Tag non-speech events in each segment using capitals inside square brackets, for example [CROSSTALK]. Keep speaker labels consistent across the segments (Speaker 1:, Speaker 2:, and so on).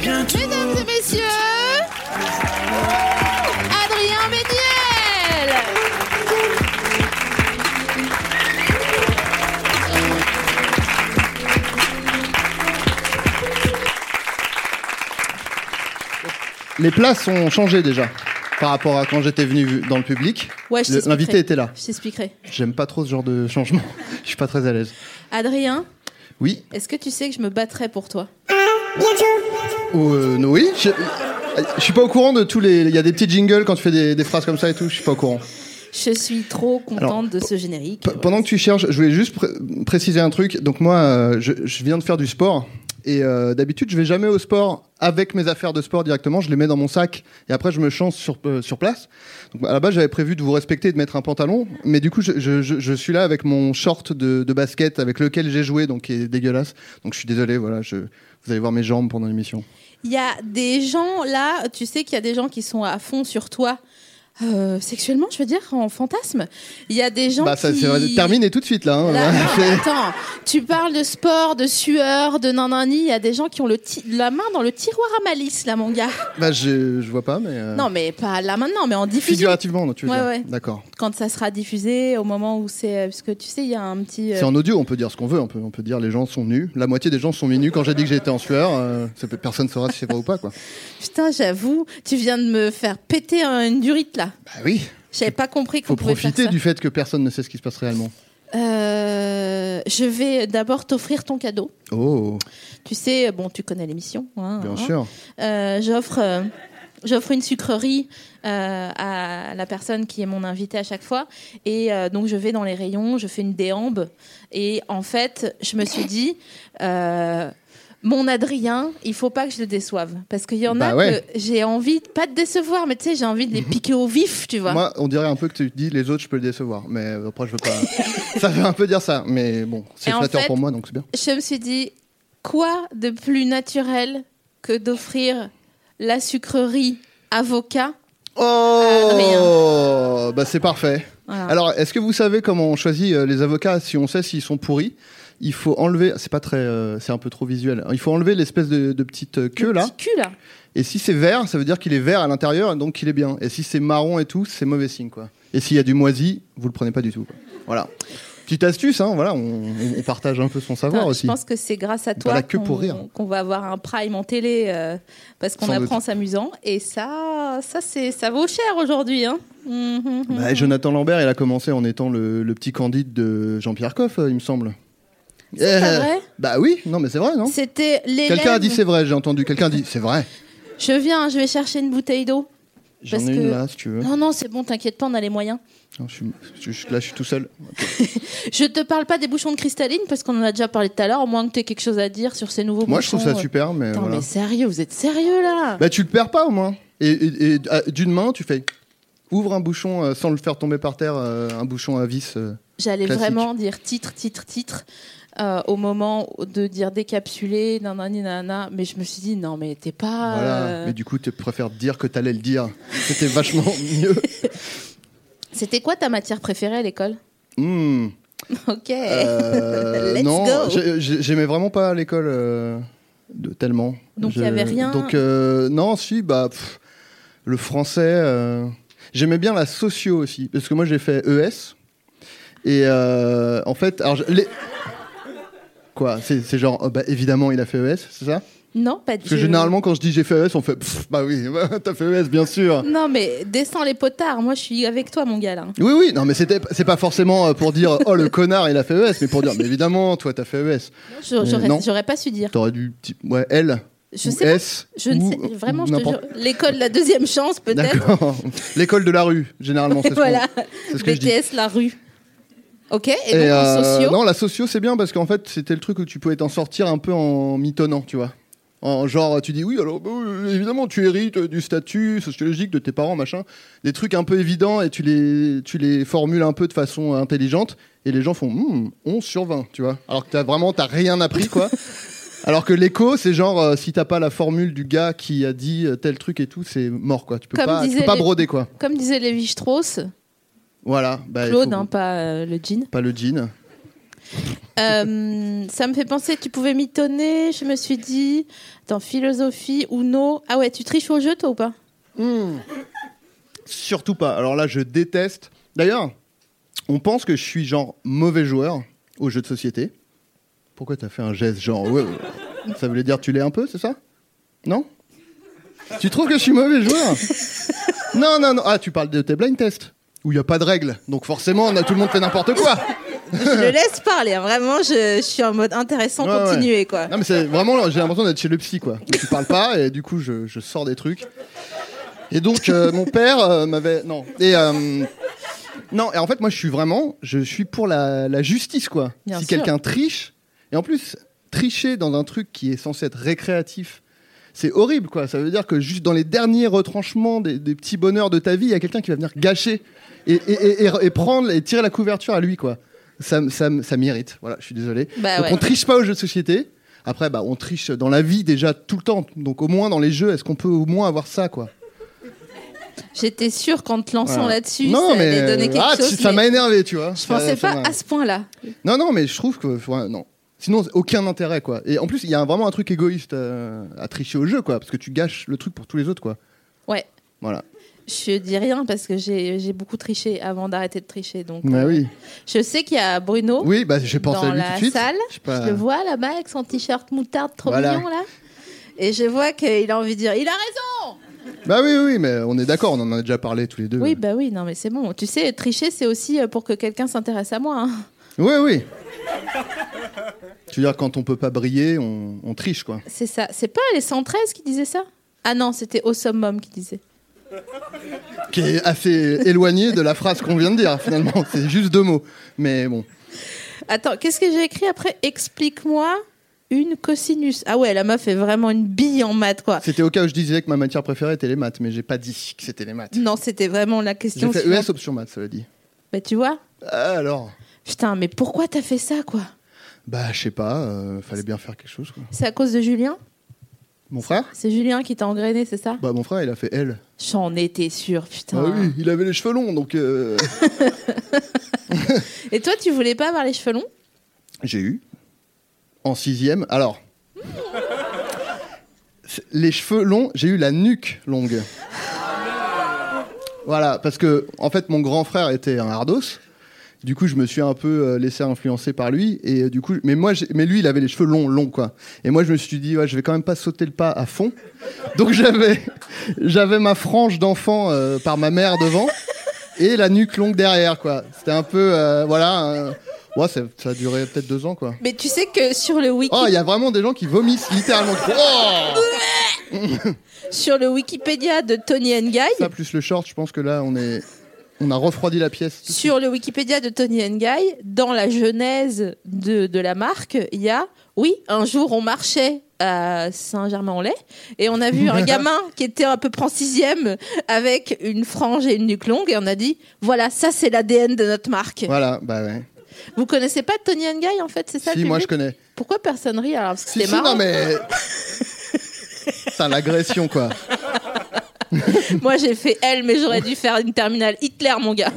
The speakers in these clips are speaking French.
Speaker 1: Mesdames et messieurs, Adrien Méniel
Speaker 2: Les places ont changé déjà par rapport à quand j'étais venu dans le public.
Speaker 1: Ouais, je
Speaker 2: Le-
Speaker 1: t'expliquerai.
Speaker 2: L'invité était là.
Speaker 1: Je t'expliquerai.
Speaker 2: J'aime pas trop ce genre de changement. [LAUGHS] Je suis pas très à l'aise.
Speaker 1: Adrien,
Speaker 2: Oui.
Speaker 1: est-ce que tu sais que je me battrais pour toi
Speaker 2: Ou euh, non, oui. Je... euh, je suis pas au courant de tous les. Il y a des petits jingles quand tu fais des, des phrases comme ça et tout. Je suis pas au courant.
Speaker 1: Je suis trop contente
Speaker 2: Alors,
Speaker 1: de ce générique.
Speaker 2: P- pendant que tu cherches, je voulais juste pr- préciser un truc. Donc moi, euh, je, je viens de faire du sport. Et euh, d'habitude, je vais jamais au sport avec mes affaires de sport directement. Je les mets dans mon sac et après, je me change sur, euh, sur place. Donc, à la base, j'avais prévu de vous respecter et de mettre un pantalon. Mais du coup, je, je- je- je suis là avec mon short de, de basket avec lequel j'ai joué, donc qui est dégueulasse. Donc je suis désolé, voilà, je, vous allez voir mes jambes pendant l'émission.
Speaker 1: Il y a des gens là, tu sais qu'il y a des gens qui sont à fond sur toi. euh, sexuellement, je veux dire, en fantasme. Il y a des gens
Speaker 2: Bah, ça
Speaker 1: qui...
Speaker 2: c'est terminé tout de suite là. hein.
Speaker 1: Là, non,
Speaker 2: [LAUGHS] C'est-
Speaker 1: attends, tu parles de sport, de sueur, de nanani. Il y a des gens qui ont le ti- la main dans le tiroir à malice, là, mon gars.
Speaker 2: bah, je, je vois pas, mais. euh,
Speaker 1: Non, mais pas là maintenant, mais en diffusion.
Speaker 2: Figurativement, tu veux
Speaker 1: Ouais,
Speaker 2: dire.
Speaker 1: ouais.
Speaker 2: D'accord.
Speaker 1: Quand ça sera diffusé, au moment où c'est. euh, Parce que tu sais, il y a un petit. euh,
Speaker 2: C'est en audio, on peut dire ce qu'on veut, on peut, on peut dire les gens sont nus. La moitié des gens sont nus. Quand j'ai dit que j'étais en sueur, euh, ça peut- personne ne saura si c'est vrai ou
Speaker 1: [LAUGHS]
Speaker 2: pas. Quoi.
Speaker 1: Putain, j'avoue, tu viens de me faire péter un- une durite, là.
Speaker 2: Bah oui,
Speaker 1: J'avais pas compris
Speaker 2: faut
Speaker 1: qu'on pouvait faire
Speaker 2: profiter
Speaker 1: ça.
Speaker 2: du fait que personne ne sait ce qui se passe réellement.
Speaker 1: Euh, je vais d'abord t'offrir ton cadeau.
Speaker 2: Oh,
Speaker 1: Tu sais, bon, tu connais l'émission. hein,
Speaker 2: bien
Speaker 1: hein.
Speaker 2: sûr.
Speaker 1: Euh, j'offre euh, j'offre une sucrerie euh, à la personne qui est mon invitée à chaque fois et euh, donc je vais dans les rayons je fais une déambe et en fait je me suis dit euh, mon Adrien, il faut pas que je le déçoive parce qu'il y en
Speaker 2: Bah
Speaker 1: a
Speaker 2: ouais.
Speaker 1: que j'ai envie de pas de décevoir, mais tu sais, j'ai envie
Speaker 2: [LAUGHS]
Speaker 1: de les piquer au vif, tu vois.
Speaker 2: Moi, on dirait un peu que tu te dis les autres, je peux les décevoir. Mais euh, après, je
Speaker 1: [LAUGHS]
Speaker 2: veux pas. ça veut un peu dire ça. Mais bon, c'est
Speaker 1: Et en
Speaker 2: flatteur
Speaker 1: fait-
Speaker 2: pour moi, donc c'est bien.
Speaker 1: je me suis dit, quoi de plus naturel que d'offrir la sucrerie avocat
Speaker 2: Oh Bah, c'est parfait.
Speaker 1: Ah, hein. Voilà.
Speaker 2: Alors, est-ce que vous savez comment on choisit euh, les avocats si on sait s'ils sont pourris il faut enlever, c'est pas très, euh, c'est un peu trop visuel. Il faut enlever l'espèce de, de petite euh, queue
Speaker 1: Le
Speaker 2: là.
Speaker 1: petit cul, là.
Speaker 2: Et si c'est vert, ça veut dire qu'il est vert à l'intérieur et donc qu'il est bien. Et si c'est marron et tout, c'est mauvais signe quoi. Et s'il y a du moisi, vous le prenez pas du tout. quoi. Voilà. Petite astuce, hein, voilà, on, on partage un peu son savoir
Speaker 1: Attends,
Speaker 2: aussi.
Speaker 1: Je pense que c'est grâce à
Speaker 2: la
Speaker 1: toi
Speaker 2: queue
Speaker 1: qu'on
Speaker 2: pour rire.
Speaker 1: qu'on va avoir un prime en télé euh, parce qu'on
Speaker 2: Sans
Speaker 1: apprend en s'amusant. Et ça, ça, c'est- ça vaut cher aujourd'hui. Hein. Mhm.
Speaker 2: Bah, Jonathan Lambert, il a commencé en étant le, le petit candide de Jean-Pierre Coff, euh, il me semble.
Speaker 1: C'est pas vrai
Speaker 2: Bah oui, non mais c'est vrai, non
Speaker 1: C'était l'élève.
Speaker 2: Quelqu'un a dit c'est vrai, j'ai entendu. Quelqu'un a dit c'est vrai.
Speaker 1: Je viens, je vais chercher une bouteille d'eau.
Speaker 2: J'en
Speaker 1: Parce
Speaker 2: ai une
Speaker 1: que-
Speaker 2: là, si tu veux.
Speaker 1: Non, non, c'est bon, t'inquiète pas, on a les moyens.
Speaker 2: Non, je suis- je suis- là, je suis tout seul.
Speaker 1: Je te parle pas des bouchons de cristalline parce qu'on en a déjà parlé tout à l'heure, au moins que t'aies quelque chose à dire sur ces nouveaux
Speaker 2: Moi, je
Speaker 1: bouchons.
Speaker 2: trouve ça
Speaker 1: euh.
Speaker 2: super, mais
Speaker 1: Attends,
Speaker 2: voilà.
Speaker 1: mais sérieux, vous êtes sérieux là
Speaker 2: Bah tu le perds pas au moins. Et, et- et, ah, d'une main, tu fais ouvre un bouchon euh, sans le faire tomber par terre, euh, un bouchon à vis. euh.
Speaker 1: J'allais
Speaker 2: Classique.
Speaker 1: vraiment dire titre, titre, titre euh, au moment de dire décapsulé, nanani, nanana, mais je me suis dit non, mais t'es pas.
Speaker 2: Voilà.
Speaker 1: euh,
Speaker 2: Mais du coup, tu préfères dire que t'allais le dire. C'était vachement [LAUGHS] mieux.
Speaker 1: C'était quoi ta matière préférée à l'école [LAUGHS]
Speaker 2: Hmm.
Speaker 1: Ok.
Speaker 2: Euh,
Speaker 1: [LAUGHS] Let's
Speaker 2: non,
Speaker 1: go.
Speaker 2: j'ai- j'ai- j'aimais vraiment pas l'école euh, de tellement.
Speaker 1: Donc,
Speaker 2: Je-
Speaker 1: il y avait rien.
Speaker 2: Donc euh, non, si bah pff, le français. euh, J'aimais bien la socio aussi parce que moi j'ai fait ES et euh, en fait alors je- les... [LAUGHS] quoi c'est c'est genre oh, bah, évidemment il a fait ES c'est ça
Speaker 1: Non, pas du
Speaker 2: parce que généralement quand je dis j'ai fait ES on fait pff, bah oui [LAUGHS] t'as fait ES bien sûr
Speaker 1: Non, mais descends les potards, moi je suis avec toi, mon gars là.
Speaker 2: Oui, oui, non, mais c'était, c'est pas forcément euh, pour dire oh le connard il a fait ES, mais pour dire mais évidemment toi t'as fait ES.
Speaker 1: Je-
Speaker 2: Euh,
Speaker 1: J'aurais
Speaker 2: non.
Speaker 1: j'aurais pas su dire.
Speaker 2: T'aurais dû, petit- ouais, elle,
Speaker 1: Je
Speaker 2: ou
Speaker 1: sais pas.
Speaker 2: S
Speaker 1: Je ne
Speaker 2: ou-
Speaker 1: sais vraiment,
Speaker 2: ou
Speaker 1: je te
Speaker 2: n'importe-
Speaker 1: jure. L'école de la deuxième chance, [LAUGHS] peut-être.
Speaker 2: D'accord. L'école de la rue, généralement. c'est ce qu'on-
Speaker 1: [LAUGHS] voilà.
Speaker 2: c'est ce que je dis.
Speaker 1: BTS, la rue. Ok, et, donc
Speaker 2: euh,
Speaker 1: en sociaux.
Speaker 2: Non, la socio, c'est bien parce qu'en fait, c'était le truc où tu pouvais t'en sortir un peu en mitonnant, tu vois. En genre, tu dis oui, alors bah, euh, évidemment, tu hérites euh, du statut sociologique de tes parents, machin. Des trucs un peu évidents et tu les, tu les formules un peu de façon intelligente. Et les gens font Hmm, 11 sur 20, tu vois. Alors que t'as vraiment, t'as rien appris,
Speaker 1: [LAUGHS]
Speaker 2: quoi. Alors que l'écho, c'est genre, euh, si t'as pas la formule du gars qui a dit euh, tel truc et tout, c'est mort, quoi. Tu peux,
Speaker 1: Comme
Speaker 2: pas, tu
Speaker 1: disait
Speaker 2: peux pas
Speaker 1: les-
Speaker 2: broder, quoi.
Speaker 1: Comme disait Lévi-Strauss,
Speaker 2: Voilà. Bah, Ah, il
Speaker 1: Claude,
Speaker 2: faut-
Speaker 1: hein, pas euh, le jean.
Speaker 2: Pas le jean.
Speaker 1: Euh, ça me fait penser, tu pouvais mitonner, je me suis dit, dans philosophie ou non. Ah ouais, tu triches au jeu, toi ou pas
Speaker 2: Surtout pas. Alors là, je déteste. D'ailleurs, on pense que je suis genre mauvais joueur aux jeux de société. Pourquoi t'as fait un geste genre ouais, ouais. Ça voulait dire tu l'es un peu, c'est ça Non Tu trouves que je suis mauvais joueur Non, non, non. Ah, tu parles de tes blind tests où il n'y a pas de règles. Donc forcément, on a tout le monde fait n'importe quoi. [LAUGHS]
Speaker 1: Je le laisse parler, hein, vraiment, je, je suis en mode intéressant,
Speaker 2: Ouais, ouais.
Speaker 1: continuez quoi.
Speaker 2: Non, mais c'est vraiment, j'ai l'impression d'être chez le psy, quoi. Tu parles pas, et du coup, je, je sors des trucs. Et donc, euh, mon père euh, m'avait. Non. Et. euh, non, et en fait, moi, je suis vraiment. Je suis pour la, la justice, quoi.
Speaker 1: Bien
Speaker 2: si
Speaker 1: sûr.
Speaker 2: quelqu'un triche. Et en plus, tricher dans un truc qui est censé être récréatif, c'est horrible, quoi. Ça veut dire que juste dans les derniers retranchements des, des petits bonheurs de ta vie, il y a quelqu'un qui va venir gâcher et, et- et- et- et prendre et tirer la couverture à lui, quoi. Ça, m- ça, m- ça m'irrite. Voilà, je suis désolé.
Speaker 1: Bah
Speaker 2: Donc
Speaker 1: ouais.
Speaker 2: on triche pas aux jeux de société. Après, bah, on triche dans la vie déjà tout le temps. Donc au moins dans les jeux, est-ce qu'on peut au moins avoir ça, quoi
Speaker 1: J'étais sûre qu'en te lançant
Speaker 2: Voilà.
Speaker 1: là-dessus, ça allait donner quelque
Speaker 2: ah, tu-
Speaker 1: chose.
Speaker 2: ça
Speaker 1: mais
Speaker 2: m'a énervé, tu vois.
Speaker 1: je pensais pas à ce point-là.
Speaker 2: Non, non, mais je trouve que ouais, non. Sinon, aucun intérêt, quoi. Et en plus, il y a vraiment un truc égoïste euh, à tricher au jeu, quoi, parce que tu gâches le truc pour tous les autres, quoi.
Speaker 1: Ouais.
Speaker 2: Voilà.
Speaker 1: Je dis rien parce que j'ai j'ai beaucoup triché avant d'arrêter de tricher. Donc,
Speaker 2: Bah
Speaker 1: euh,
Speaker 2: oui.
Speaker 1: Je sais qu'il y a Bruno
Speaker 2: Oui, bah j'ai pensé
Speaker 1: Oh. dans
Speaker 2: à lui
Speaker 1: la
Speaker 2: tout de suite.
Speaker 1: salle.
Speaker 2: Je sais pas.
Speaker 1: Je le vois là-bas avec son t-shirt moutarde trop
Speaker 2: Voilà.
Speaker 1: mignon là. Et je vois qu'il a envie de dire il a raison.
Speaker 2: Bah oui, oui, oui, mais on est d'accord, on en a déjà parlé tous les deux.
Speaker 1: Oui, bah oui, non mais c'est bon. Tu sais, tricher c'est aussi euh, pour que quelqu'un s'intéresse à moi. hein.
Speaker 2: Oui, oui. tu veux dire, quand on peut pas briller, on, on triche, quoi.
Speaker 1: C'est ça. C'est pas les 113 qui disaient ça Ah non, c'était Au Summum qui disait.
Speaker 2: Qui est assez éloigné de la phrase qu'on vient de dire, finalement. C'est juste deux mots. Mais bon.
Speaker 1: Attends, qu'est-ce que j'ai écrit après Explique-moi une cosinus. Ah ouais, la meuf est vraiment une bille en maths quoi.
Speaker 2: C'était au cas où je disais que ma matière préférée était les maths, mais j'ai pas dit que c'était les maths.
Speaker 1: Non, c'était vraiment la
Speaker 2: J'ai
Speaker 1: question.
Speaker 2: fait E
Speaker 1: suivante.
Speaker 2: ES option maths, ça l'a dit.
Speaker 1: Bah tu vois
Speaker 2: Ah, Alors
Speaker 1: Putain, mais pourquoi t'as fait ça quoi
Speaker 2: Bah, je sais pas, euh, fallait bien faire quelque chose, quoi.
Speaker 1: C'est à cause de Julien
Speaker 2: Mon frère
Speaker 1: C'est Julien qui t'a engrainé, c'est ça
Speaker 2: Bah, mon frère, il a fait L.
Speaker 1: J'en étais sûre, putain.
Speaker 2: Ah oui, il avait les cheveux longs, donc. euh,
Speaker 1: Et toi, tu voulais pas avoir les cheveux longs
Speaker 2: J'ai eu. En sixième. Alors. c'est- Les cheveux longs, j'ai eu la nuque longue. Voilà, parce que, en fait, mon grand frère était un hardos. Du coup, je me suis un peu euh, laissé influencer par lui. Et euh, du coup, mais, moi, j'ai- mais lui, il avait les cheveux longs, longs, quoi. Et moi, je me suis dit, ouais, je vais quand même pas sauter le pas à fond. [LAUGHS] Donc, j'avais, j'avais ma frange d'enfant euh, par ma mère devant et la nuque longue derrière, quoi. C'était un peu, euh, voilà. euh, ouais, ça, ça a duré peut-être deux ans, quoi.
Speaker 1: Mais tu sais que sur le, wiki-
Speaker 2: Oh, il y a vraiment des gens qui vomissent littéralement. Oh
Speaker 1: sur le Wikipédia de Tony Nguy,
Speaker 2: ça, plus le short, je pense que là, on est. On a refroidi la pièce.
Speaker 1: sur le Wikipédia de Tony Nguy, dans la genèse de, de la marque, il y a oui, un jour on marchait à Saint-Germain-en-Laye et on a
Speaker 2: [LAUGHS]
Speaker 1: vu un gamin qui était à peu près en sixième avec une frange et une nuque longue et on a dit voilà ça c'est l'ADN de notre marque.
Speaker 2: Voilà, bah ouais.
Speaker 1: Vous connaissez pas Tony Nguy en fait c'est ça le
Speaker 2: Si, moi, je
Speaker 1: public
Speaker 2: connais.
Speaker 1: Pourquoi personne rit alors parce que
Speaker 2: Si,
Speaker 1: c'était
Speaker 2: si,
Speaker 1: marrant.
Speaker 2: non, mais. [LAUGHS] Putain, l'agression, quoi.
Speaker 1: Moi, j'ai fait elle, mais j'aurais dû faire une terminale Hitler, mon gars.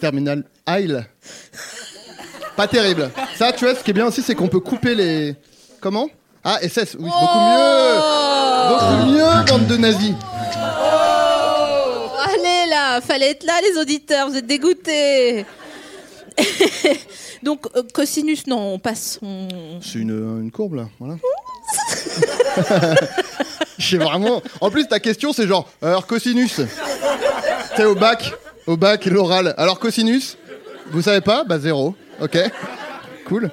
Speaker 2: Terminal Isle. Pas terrible. Ça, tu vois, ce qui est bien aussi, c'est qu'on peut couper les. Comment Ah, SS, oui, beaucoup mieux Beaucoup mieux, bande de nazis
Speaker 1: Allez là, fallait être là, les auditeurs, vous êtes dégoûtés. [LAUGHS] Donc, euh, cosinus, non, on passe. on-
Speaker 2: C'est une, une courbe, là, voilà. J'ai vraiment. En plus, ta question, c'est genre, euh, alors cosinus T'es au bac, au bac, l'oral. Alors cosinus Vous savez pas Bah, zéro. Ok. Cool.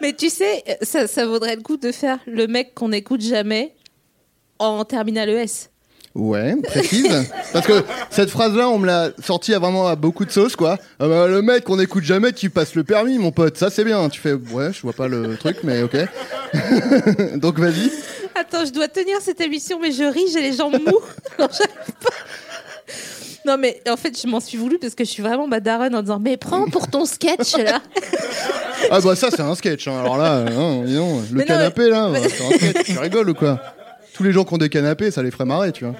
Speaker 1: Mais tu sais, ça, ça vaudrait le coup de faire le mec qu'on n'écoute jamais en terminal E ES.
Speaker 2: Ouais, précise. [LAUGHS] Parce que cette phrase-là, on me l'a sortie à vraiment à beaucoup de sauce, quoi. Ah bah, le mec qu'on n'écoute jamais qui passe le permis, mon pote, ça c'est bien. Tu fais, ouais, je vois pas le truc, mais ok. [LAUGHS] Donc vas-y.
Speaker 1: Attends, je dois tenir cette émission, mais je ris, j'ai les jambes [LAUGHS] mous. Non, j'arrive pas. Non, mais en fait, je m'en suis voulu parce que je suis vraiment badaronne en disant Mais prends pour ton sketch là
Speaker 2: Ah bah ça c'est un sketch. hein. Alors là, euh, non, dis donc, le
Speaker 1: Mais non,
Speaker 2: canapé là, bah, c'est un sketch. Tu rigoles ou quoi Tous les gens qui ont des canapés, ça les ferait marrer, tu vois.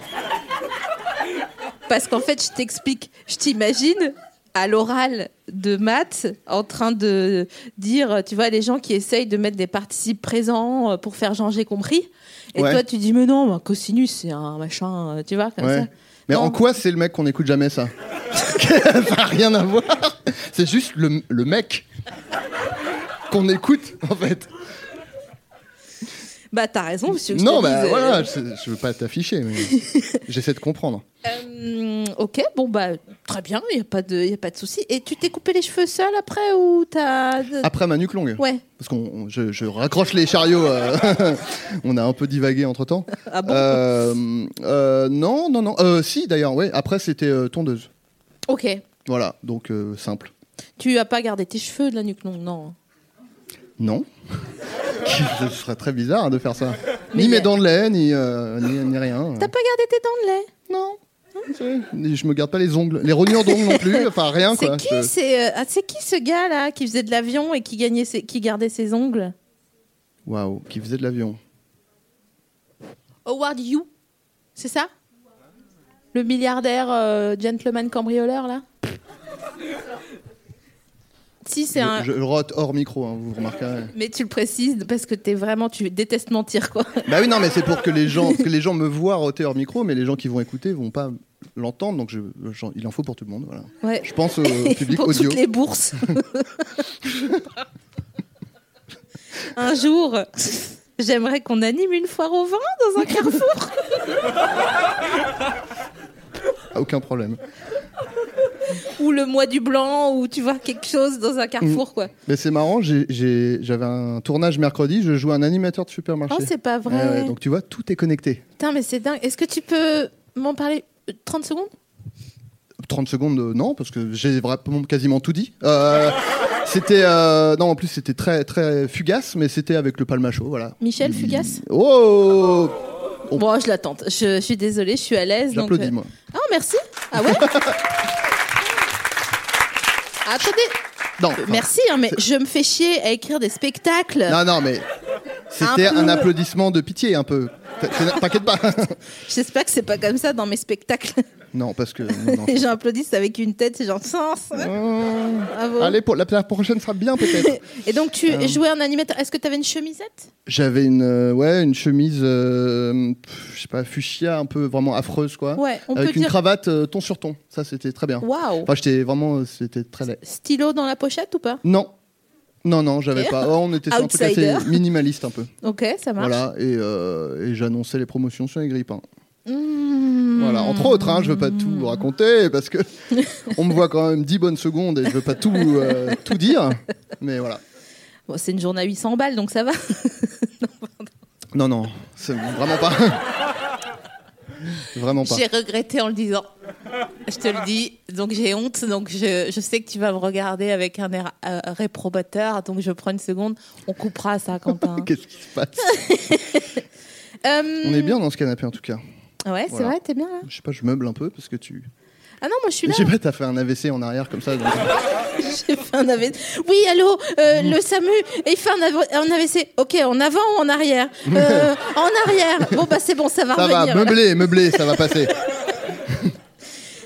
Speaker 1: Parce qu'en fait, je t'explique, je t'imagine à l'oral de maths en train de dire, tu vois, les gens qui essayent de mettre des participes présents euh, pour faire Jean j'ai compris. Et
Speaker 2: Ouais.
Speaker 1: toi, tu dis, mais non, bah, cosinus, c'est un machin, euh, tu vois, comme
Speaker 2: Ouais.
Speaker 1: ça.
Speaker 2: Mais
Speaker 1: Non.
Speaker 2: en quoi c'est le mec qu'on n'écoute jamais ça [LAUGHS] Ça n'a rien à voir. C'est juste le, le mec qu'on écoute en fait.
Speaker 1: Bah, t'as raison, monsieur. que je
Speaker 2: Non,
Speaker 1: te
Speaker 2: bah
Speaker 1: dise, euh,
Speaker 2: voilà, je, je veux pas t'afficher,
Speaker 1: [LAUGHS]
Speaker 2: mais j'essaie de comprendre.
Speaker 1: euh, ok, bon, bah, très bien, il n'y a, pas de- y a pas de souci. Et tu t'es coupé les cheveux seul après ou t'as.
Speaker 2: Après ma nuque longue.
Speaker 1: Ouais.
Speaker 2: Parce qu'on, on- je, je raccroche les chariots. euh, [LAUGHS] on a un peu divagué entre temps.
Speaker 1: Ah bon
Speaker 2: non, non, non. Euh, si d'ailleurs, ouais. Après c'était euh, tondeuse.
Speaker 1: Ok.
Speaker 2: Voilà, donc euh, simple.
Speaker 1: Tu as pas gardé tes cheveux de la nuque longue, non
Speaker 2: Non. [LAUGHS] Ce serait très bizarre hein, de faire ça.
Speaker 1: Mais
Speaker 2: ni
Speaker 1: il y a-
Speaker 2: mes dents de lait, ni, euh, ni, ni rien.
Speaker 1: T'as pas gardé tes dents de lait
Speaker 2: Non. Je me garde pas les ongles. Les rognures d'ongles non plus. Enfin, rien
Speaker 1: C'est
Speaker 2: quoi.
Speaker 1: qui,
Speaker 2: Je-
Speaker 1: c'est, euh, ah, c'est qui ce gars là qui faisait de l'avion et qui, gagnait ses- qui gardait ses ongles
Speaker 2: Waouh, qui faisait de l'avion.
Speaker 1: Howard Yu, c'est ça Le milliardaire euh, gentleman cambrioleur là Si c'est
Speaker 2: Je,
Speaker 1: un.
Speaker 2: je rote hors micro, hein, vous remarquerez.
Speaker 1: Mais tu le précises parce que t'es vraiment, tu détestes mentir quoi.
Speaker 2: bah oui, non, mais c'est pour que les gens, que les gens me voient roter hors micro, mais les gens qui vont écouter vont pas l'entendre. Donc, je, j'en- il en faut pour tout le monde. Voilà.
Speaker 1: [LAUGHS] Ouais.
Speaker 2: Je pense au
Speaker 1: [LAUGHS]
Speaker 2: public
Speaker 1: Pour
Speaker 2: audio.
Speaker 1: toutes
Speaker 2: [LAUGHS]
Speaker 1: les bourses. un jour, j'aimerais qu'on anime une foire au vin dans un carrefour.
Speaker 2: Ah, Aucun problème.
Speaker 1: ou le mois du blanc, ou tu vois, quelque chose dans un carrefour quoi.
Speaker 2: Mais c'est marrant, j'ai- j'ai- j'avais un tournage mercredi, je jouais un animateur de supermarché. Eh
Speaker 1: Oh, c'est pas vrai.
Speaker 2: Ah Ouais, ouais, donc, tu vois, tout est connecté.
Speaker 1: Putain, mais c'est dingue. Est-ce que tu peux m'en parler euh, 30 secondes
Speaker 2: 30 secondes, euh, non, parce que j'ai vraiment quasiment tout dit. Euh, c'était. euh, non, en plus, c'était très, très fugace, mais c'était avec le palmacho, voilà.
Speaker 1: Michel Fugas
Speaker 2: Mm. Oh
Speaker 1: Bon, je l'attends. Je, je suis désolée, je suis à l'aise. donc,
Speaker 2: J'applaudis,
Speaker 1: euh,
Speaker 2: moi.
Speaker 1: Ah, merci. Ah
Speaker 2: [LAUGHS]
Speaker 1: ouais Attendez,
Speaker 2: Non,
Speaker 1: euh,
Speaker 2: enfin,
Speaker 1: merci, hein, mais je me fais chier à écrire des spectacles.
Speaker 2: Non, non, mais. C'était
Speaker 1: Euh, Un peu.
Speaker 2: un applaudissement de pitié, un peu. T'in-
Speaker 1: [LAUGHS]
Speaker 2: t'in- T'inquiète pas. [LAUGHS]
Speaker 1: J'espère que c'est pas comme ça dans mes spectacles.
Speaker 2: non, parce que.
Speaker 1: [LAUGHS]
Speaker 2: non, non.
Speaker 1: Les gens applaudissent avec une tête, c'est genre sens. [LAUGHS] Bravo.
Speaker 2: Allez, pour, la, la prochaine sera bien,
Speaker 1: [LAUGHS]
Speaker 2: peut-être. Euh,
Speaker 1: Et donc, tu jouais un animateur. Est-ce que t'avais une chemisette
Speaker 2: J'avais une, euh, ouais, une chemise, euh, pff, je sais pas, fuchsia, un peu vraiment affreuse, quoi.
Speaker 1: Ouais, on
Speaker 2: hein avec
Speaker 1: peut
Speaker 2: une
Speaker 1: dire-
Speaker 2: cravate euh, ton sur ton. Ça, c'était très bien.
Speaker 1: Waouh
Speaker 2: Enfin, j'étais vraiment. euh, C'était très laid.
Speaker 1: Stylo dans la pochette ou pas
Speaker 2: Non. Non, non, j'avais
Speaker 1: Ok.
Speaker 2: pas. Oh, on
Speaker 1: [LAUGHS]
Speaker 2: était sur un truc
Speaker 1: Outsider.
Speaker 2: assez minimaliste un peu.
Speaker 1: Ok, ça marche.
Speaker 2: Voilà, et, euh, et j'annonçais les promotions sur les grippins.
Speaker 1: Mmh.
Speaker 2: Voilà, entre autres, hein, je veux pas tout vous raconter parce
Speaker 1: [LAUGHS]
Speaker 2: que on me voit quand même 10 bonnes secondes et je veux pas tout, euh, tout dire. Mais voilà.
Speaker 1: Bon, c'est une journée à 800 balles, donc ça va.
Speaker 2: Non, non, c'est vraiment pas. [LAUGHS] vraiment pas.
Speaker 1: [LAUGHS] J'ai regretté en le disant. Je te le dis, donc j'ai honte, donc je, je sais que tu vas me regarder avec un air euh, réprobateur, donc je prends une seconde. On coupera ça, Quentin.
Speaker 2: Qu'est-ce qui se passe
Speaker 1: hein. [LAUGHS] Euh,
Speaker 2: On est bien dans ce canapé en tout cas.
Speaker 1: Ouais, c'est
Speaker 2: Voilà.
Speaker 1: vrai, t'es bien là.
Speaker 2: Je sais pas, je meuble un peu parce que tu.
Speaker 1: Ah non, moi je
Speaker 2: [LAUGHS]
Speaker 1: suis
Speaker 2: Je
Speaker 1: là.
Speaker 2: sais pas, t'as fait un AVC en arrière comme ça. donc-
Speaker 1: [LAUGHS] J'ai fait un AVC. Oui, allô, euh, le SAMU, il fait un, av- un AVC. Ok, en avant ou
Speaker 2: [LAUGHS]
Speaker 1: en arrière Euh, En arrière. Bon, bah c'est bon, ça va
Speaker 2: Ça va,
Speaker 1: revenir.
Speaker 2: meubler, meubler, ça va passer.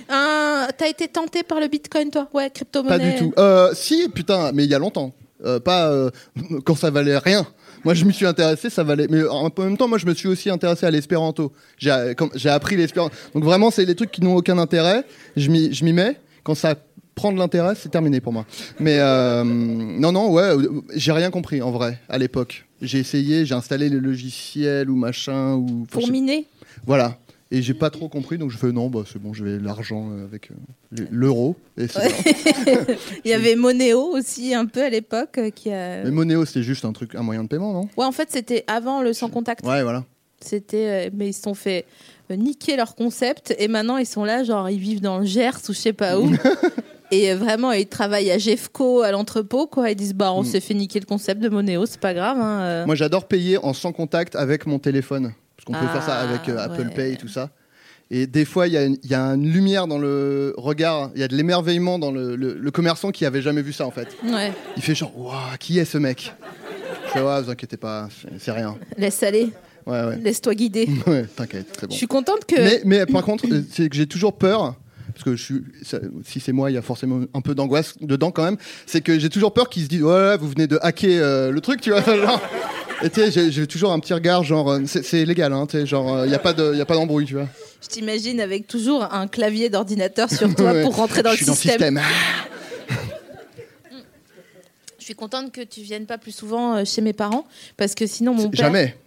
Speaker 1: Un- T'as été tenté par le bitcoin, toi Ouais,
Speaker 2: Pas
Speaker 1: crypto-monnaie.
Speaker 2: du tout. Euh, si, putain, mais il y a longtemps. Euh, pas euh, [LAUGHS] quand ça valait rien. Moi, je m'y suis intéressé, ça valait. Mais en en même temps, moi, je me suis aussi intéressé à l'espéranto. J'ai euh, comme- j'ai appris l'espéranto. Donc vraiment, c'est les trucs qui n'ont aucun intérêt. Je m'y je m'y mets. Quand ça prend de l'intérêt, c'est terminé pour moi. Mais euh, non, non, ouais, euh, j'ai rien compris en vrai à l'époque. J'ai essayé, j'ai installé le logiciel ou machin ou.
Speaker 1: Pour
Speaker 2: je sais-
Speaker 1: miner
Speaker 2: Voilà. Et j'ai pas trop compris, donc je fais non, bah, c'est bon, je vais l'argent euh, avec euh, l- l'euro. Et c'est bon.
Speaker 1: Il y avait Monéo aussi un peu à l'époque euh, qui a.
Speaker 2: Mais Monéo, c'était juste un truc, un moyen de paiement, non
Speaker 1: Ouais, en fait, c'était avant le sans contact.
Speaker 2: Ouais, voilà.
Speaker 1: C'était, euh, mais ils se sont fait euh, niquer leur concept et maintenant ils sont là, genre ils vivent dans le Gers ou je sais
Speaker 2: [LAUGHS]
Speaker 1: pas où. et euh, vraiment, ils travaillent à Jeffco, à l'entrepôt, quoi. Ils disent, bah,
Speaker 2: Mm.
Speaker 1: on s'est fait niquer le concept de Monéo, c'est pas grave. hein, euh.
Speaker 2: Moi, j'adore payer en sans contact avec mon téléphone. Parce qu'on peut
Speaker 1: Ah,
Speaker 2: faire ça avec euh, Apple
Speaker 1: ouais.
Speaker 2: Pay et tout ça. Et des fois, il y, a une- il y a une lumière dans le regard, il y a de l'émerveillement dans le, le- le commerçant qui avait jamais vu ça en fait.
Speaker 1: Ouais,
Speaker 2: Il fait genre, waouh, qui est ce mec Je fais, ouais, vous inquiétez pas, c'est- c'est rien.
Speaker 1: laisse aller,
Speaker 2: Ouais, ouais. [LAUGHS]
Speaker 1: laisse-toi guider.
Speaker 2: ouais T'inquiète, c'est bon.
Speaker 1: Je suis contente que.
Speaker 2: Mais,
Speaker 1: [LAUGHS]
Speaker 2: mais par contre, euh, c'est que j'ai toujours peur, parce que je suis, ça- si c'est moi, il y a forcément un peu d'angoisse dedans quand même, c'est que j'ai toujours peur qu'ils se disent, ouais, vous venez de hacker euh, le truc, tu vois. [LAUGHS] Genre. Et tu sais, j'ai- j'ai toujours un petit regard, genre, euh, c'est c'est légal, hein, tu sais, genre, euh, il n'y a pas de- il y a pas d'embrouille, tu vois.
Speaker 1: Je t'imagine avec toujours un clavier d'ordinateur sur toi
Speaker 2: [LAUGHS] Ouais.
Speaker 1: pour rentrer dans
Speaker 2: je
Speaker 1: le
Speaker 2: suis
Speaker 1: système.
Speaker 2: Dans le système. Ah,
Speaker 1: Je suis contente que tu viennes pas plus souvent euh, chez mes parents parce que sinon mon père.
Speaker 2: Jamais.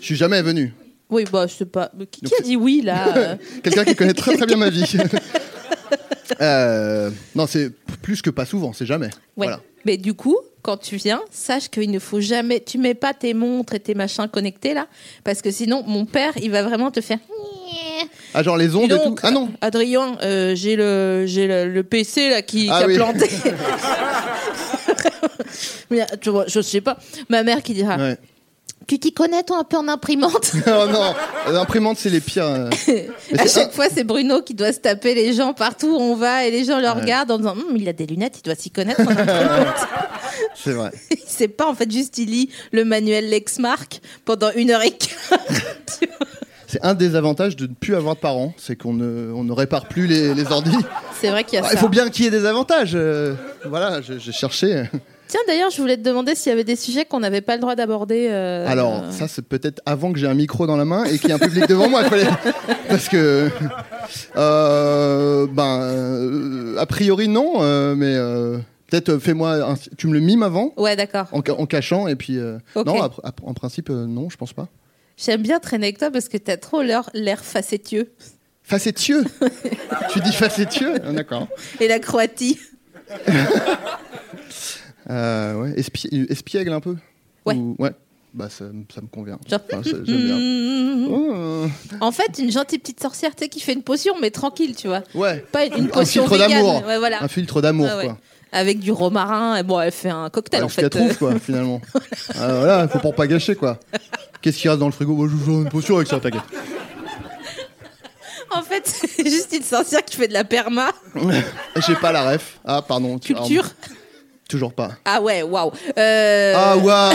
Speaker 2: Je suis jamais venu.
Speaker 1: Oui, bah je sais pas. Mais Qui, qui
Speaker 2: Donc
Speaker 1: a dit oui
Speaker 2: [LAUGHS]
Speaker 1: là euh
Speaker 2: Quelqu'un qui connaît très très bien
Speaker 1: [LAUGHS]
Speaker 2: ma vie. Euh, non, c'est plus que pas souvent, c'est jamais.
Speaker 1: Ouais.
Speaker 2: Voilà.
Speaker 1: Mais du coup, quand tu viens, sache qu'il ne faut jamais. Tu mets pas tes montres et tes machins connectés là, parce que sinon, mon père, il va vraiment te faire.
Speaker 2: Ah, genre les ondes
Speaker 1: Dis
Speaker 2: et tout.
Speaker 1: donc,
Speaker 2: Ah non,
Speaker 1: Adrien, euh, j'ai le j'ai le, le PC là qui,
Speaker 2: Ah
Speaker 1: qui a
Speaker 2: oui. [LAUGHS]
Speaker 1: planté. [LAUGHS] Mais, tu vois, je sais pas. Ma mère qui dira.
Speaker 2: Ouais.
Speaker 1: Tu t'y connais toi un peu en imprimante
Speaker 2: [LAUGHS] oh non, l'imprimante c'est les pires.
Speaker 1: [LAUGHS]
Speaker 2: euh. Mais
Speaker 1: À
Speaker 2: c'est
Speaker 1: chaque fois, c'est Bruno qui doit se taper les gens partout où on va et les gens le regardent en disant Hum, il a des lunettes, il doit s'y connaître. en imprimante.
Speaker 2: [LAUGHS] un- C'est vrai.
Speaker 1: il sait pas en fait, juste il lit le manuel Lexmark pendant une heure et quart. [LAUGHS] Tu vois,
Speaker 2: C'est un des avantages de ne plus avoir de parents, c'est qu'on ne, on ne répare plus les, les ordis.
Speaker 1: c'est vrai qu'il y a
Speaker 2: Ah,
Speaker 1: ça.
Speaker 2: il faut bien qu'il y ait des avantages. euh. voilà, je- j'ai cherché.
Speaker 1: Tiens, d'ailleurs, je voulais te demander s'il y avait des sujets qu'on n'avait pas le droit d'aborder. euh,
Speaker 2: Alors, ça, c'est peut-être avant que j'ai un micro dans la main et qu'il y ait un public devant moi.
Speaker 1: [LAUGHS]
Speaker 2: fallait- Parce que. euh, ben. euh, a priori, non, euh, mais. euh, peut-être euh, fais-moi. un- tu me le mimes avant,
Speaker 1: Ouais, d'accord.
Speaker 2: en, ca- en cachant, et puis. euh,
Speaker 1: Ok.
Speaker 2: Non, ap- ap- en principe, euh, non, je pense pas.
Speaker 1: J'aime bien traîner avec toi parce que t'as trop l'air l'air facétieux.
Speaker 2: Facétieux Tu dis facétieux Ah, D'accord.
Speaker 1: Et la Croatie.
Speaker 2: Euh, ouais, espi- espiègle un peu.
Speaker 1: Ouais.
Speaker 2: Ou- ouais. Bah ça, me- ça me convient.
Speaker 1: Genre-
Speaker 2: Enfin, ça- [LAUGHS] j'aime bien.
Speaker 1: [LAUGHS]
Speaker 2: Oh.
Speaker 1: En fait, une gentille petite sorcière, tu sais, qui fait une potion, mais tranquille, tu vois.
Speaker 2: Ouais.
Speaker 1: Pas une, une
Speaker 2: Un
Speaker 1: potion
Speaker 2: filtre
Speaker 1: végane.
Speaker 2: d'amour.
Speaker 1: Ouais, voilà.
Speaker 2: Un filtre d'amour
Speaker 1: Ah ouais.
Speaker 2: quoi.
Speaker 1: Avec du romarin. Et bon, elle fait un cocktail,
Speaker 2: Ouais,
Speaker 1: en
Speaker 2: je la
Speaker 1: fait. euh.
Speaker 2: trouve quoi finalement. Ah, voilà, faut pour pas gâcher quoi. Qu'est-ce qu'il reste dans le frigo Moi, Je vais faire une potion avec ça, t'inquiète. [LAUGHS]
Speaker 1: Euh, [LAUGHS] en fait, c'est juste une sorcière qui fait de la perma.
Speaker 2: Ah, J'ai pas la ref. Ah pardon. Tu-
Speaker 1: Culture.
Speaker 2: ah, toujours pas.
Speaker 1: Ah ouais, waouh. Euh,
Speaker 2: Ah
Speaker 1: [LAUGHS]
Speaker 2: waouh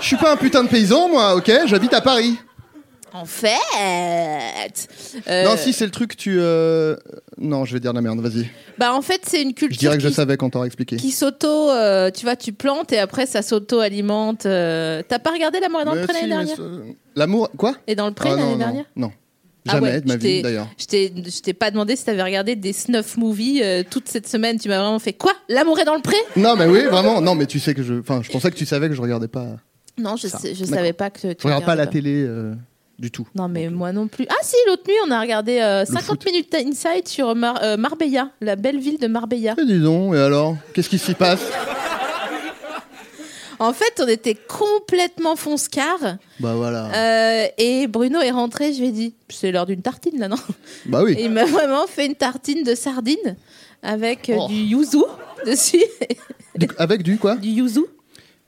Speaker 2: Je suis pas un putain de paysan moi, ok J'habite à Paris.
Speaker 1: En fait. euh,
Speaker 2: Non si c'est le truc tu. euh, Non je vais dire de la merde, vas-y.
Speaker 1: Bah, en fait, c'est une culture.
Speaker 2: Je dirais que je
Speaker 1: qui-
Speaker 2: savais quand t'auras expliqué.
Speaker 1: qui s'auto, euh, tu vois, tu plantes et après ça s'auto-alimente. euh. T'as pas regardé l'amour est dans le
Speaker 2: Mais
Speaker 1: pré
Speaker 2: si,
Speaker 1: l'année
Speaker 2: mais
Speaker 1: dernière
Speaker 2: ce- L'amour quoi
Speaker 1: Et dans le
Speaker 2: Ah,
Speaker 1: pré l'année
Speaker 2: non, non,
Speaker 1: dernière
Speaker 2: Non.
Speaker 1: Ah
Speaker 2: Jamais
Speaker 1: ouais,
Speaker 2: de ma
Speaker 1: je t'ai-
Speaker 2: vie d'ailleurs.
Speaker 1: Je t'ai, je t'ai pas demandé si t'avais regardé des snuff movies euh, toute cette semaine. Tu m'as vraiment fait quoi L'amour est dans le pré
Speaker 2: Non mais oui vraiment non mais tu sais que je enfin je pensais que tu savais que je regardais pas
Speaker 1: Non, je,
Speaker 2: Ça,
Speaker 1: sais- je
Speaker 2: d'accord.
Speaker 1: savais pas que tu.
Speaker 2: je regarde pas la
Speaker 1: regardais
Speaker 2: télé euh, du tout.
Speaker 1: Non, mais moi non plus. Ah, si, l'autre nuit, on a regardé euh, 50
Speaker 2: foot.
Speaker 1: minutes inside sur Mar- euh, Marbella, la belle ville de Marbella.
Speaker 2: Et dis donc et alors qu'est-ce qui s'y passe
Speaker 1: En fait, on était complètement fonce-car.
Speaker 2: Bah voilà.
Speaker 1: euh, et Bruno est rentré, je lui ai dit C'est l'heure d'une tartine, là, non
Speaker 2: Bah oui.
Speaker 1: Et il m'a vraiment fait une tartine de sardines avec euh,
Speaker 2: Oh.
Speaker 1: du yuzu dessus. [LAUGHS]
Speaker 2: Du- avec du quoi
Speaker 1: du yuzu,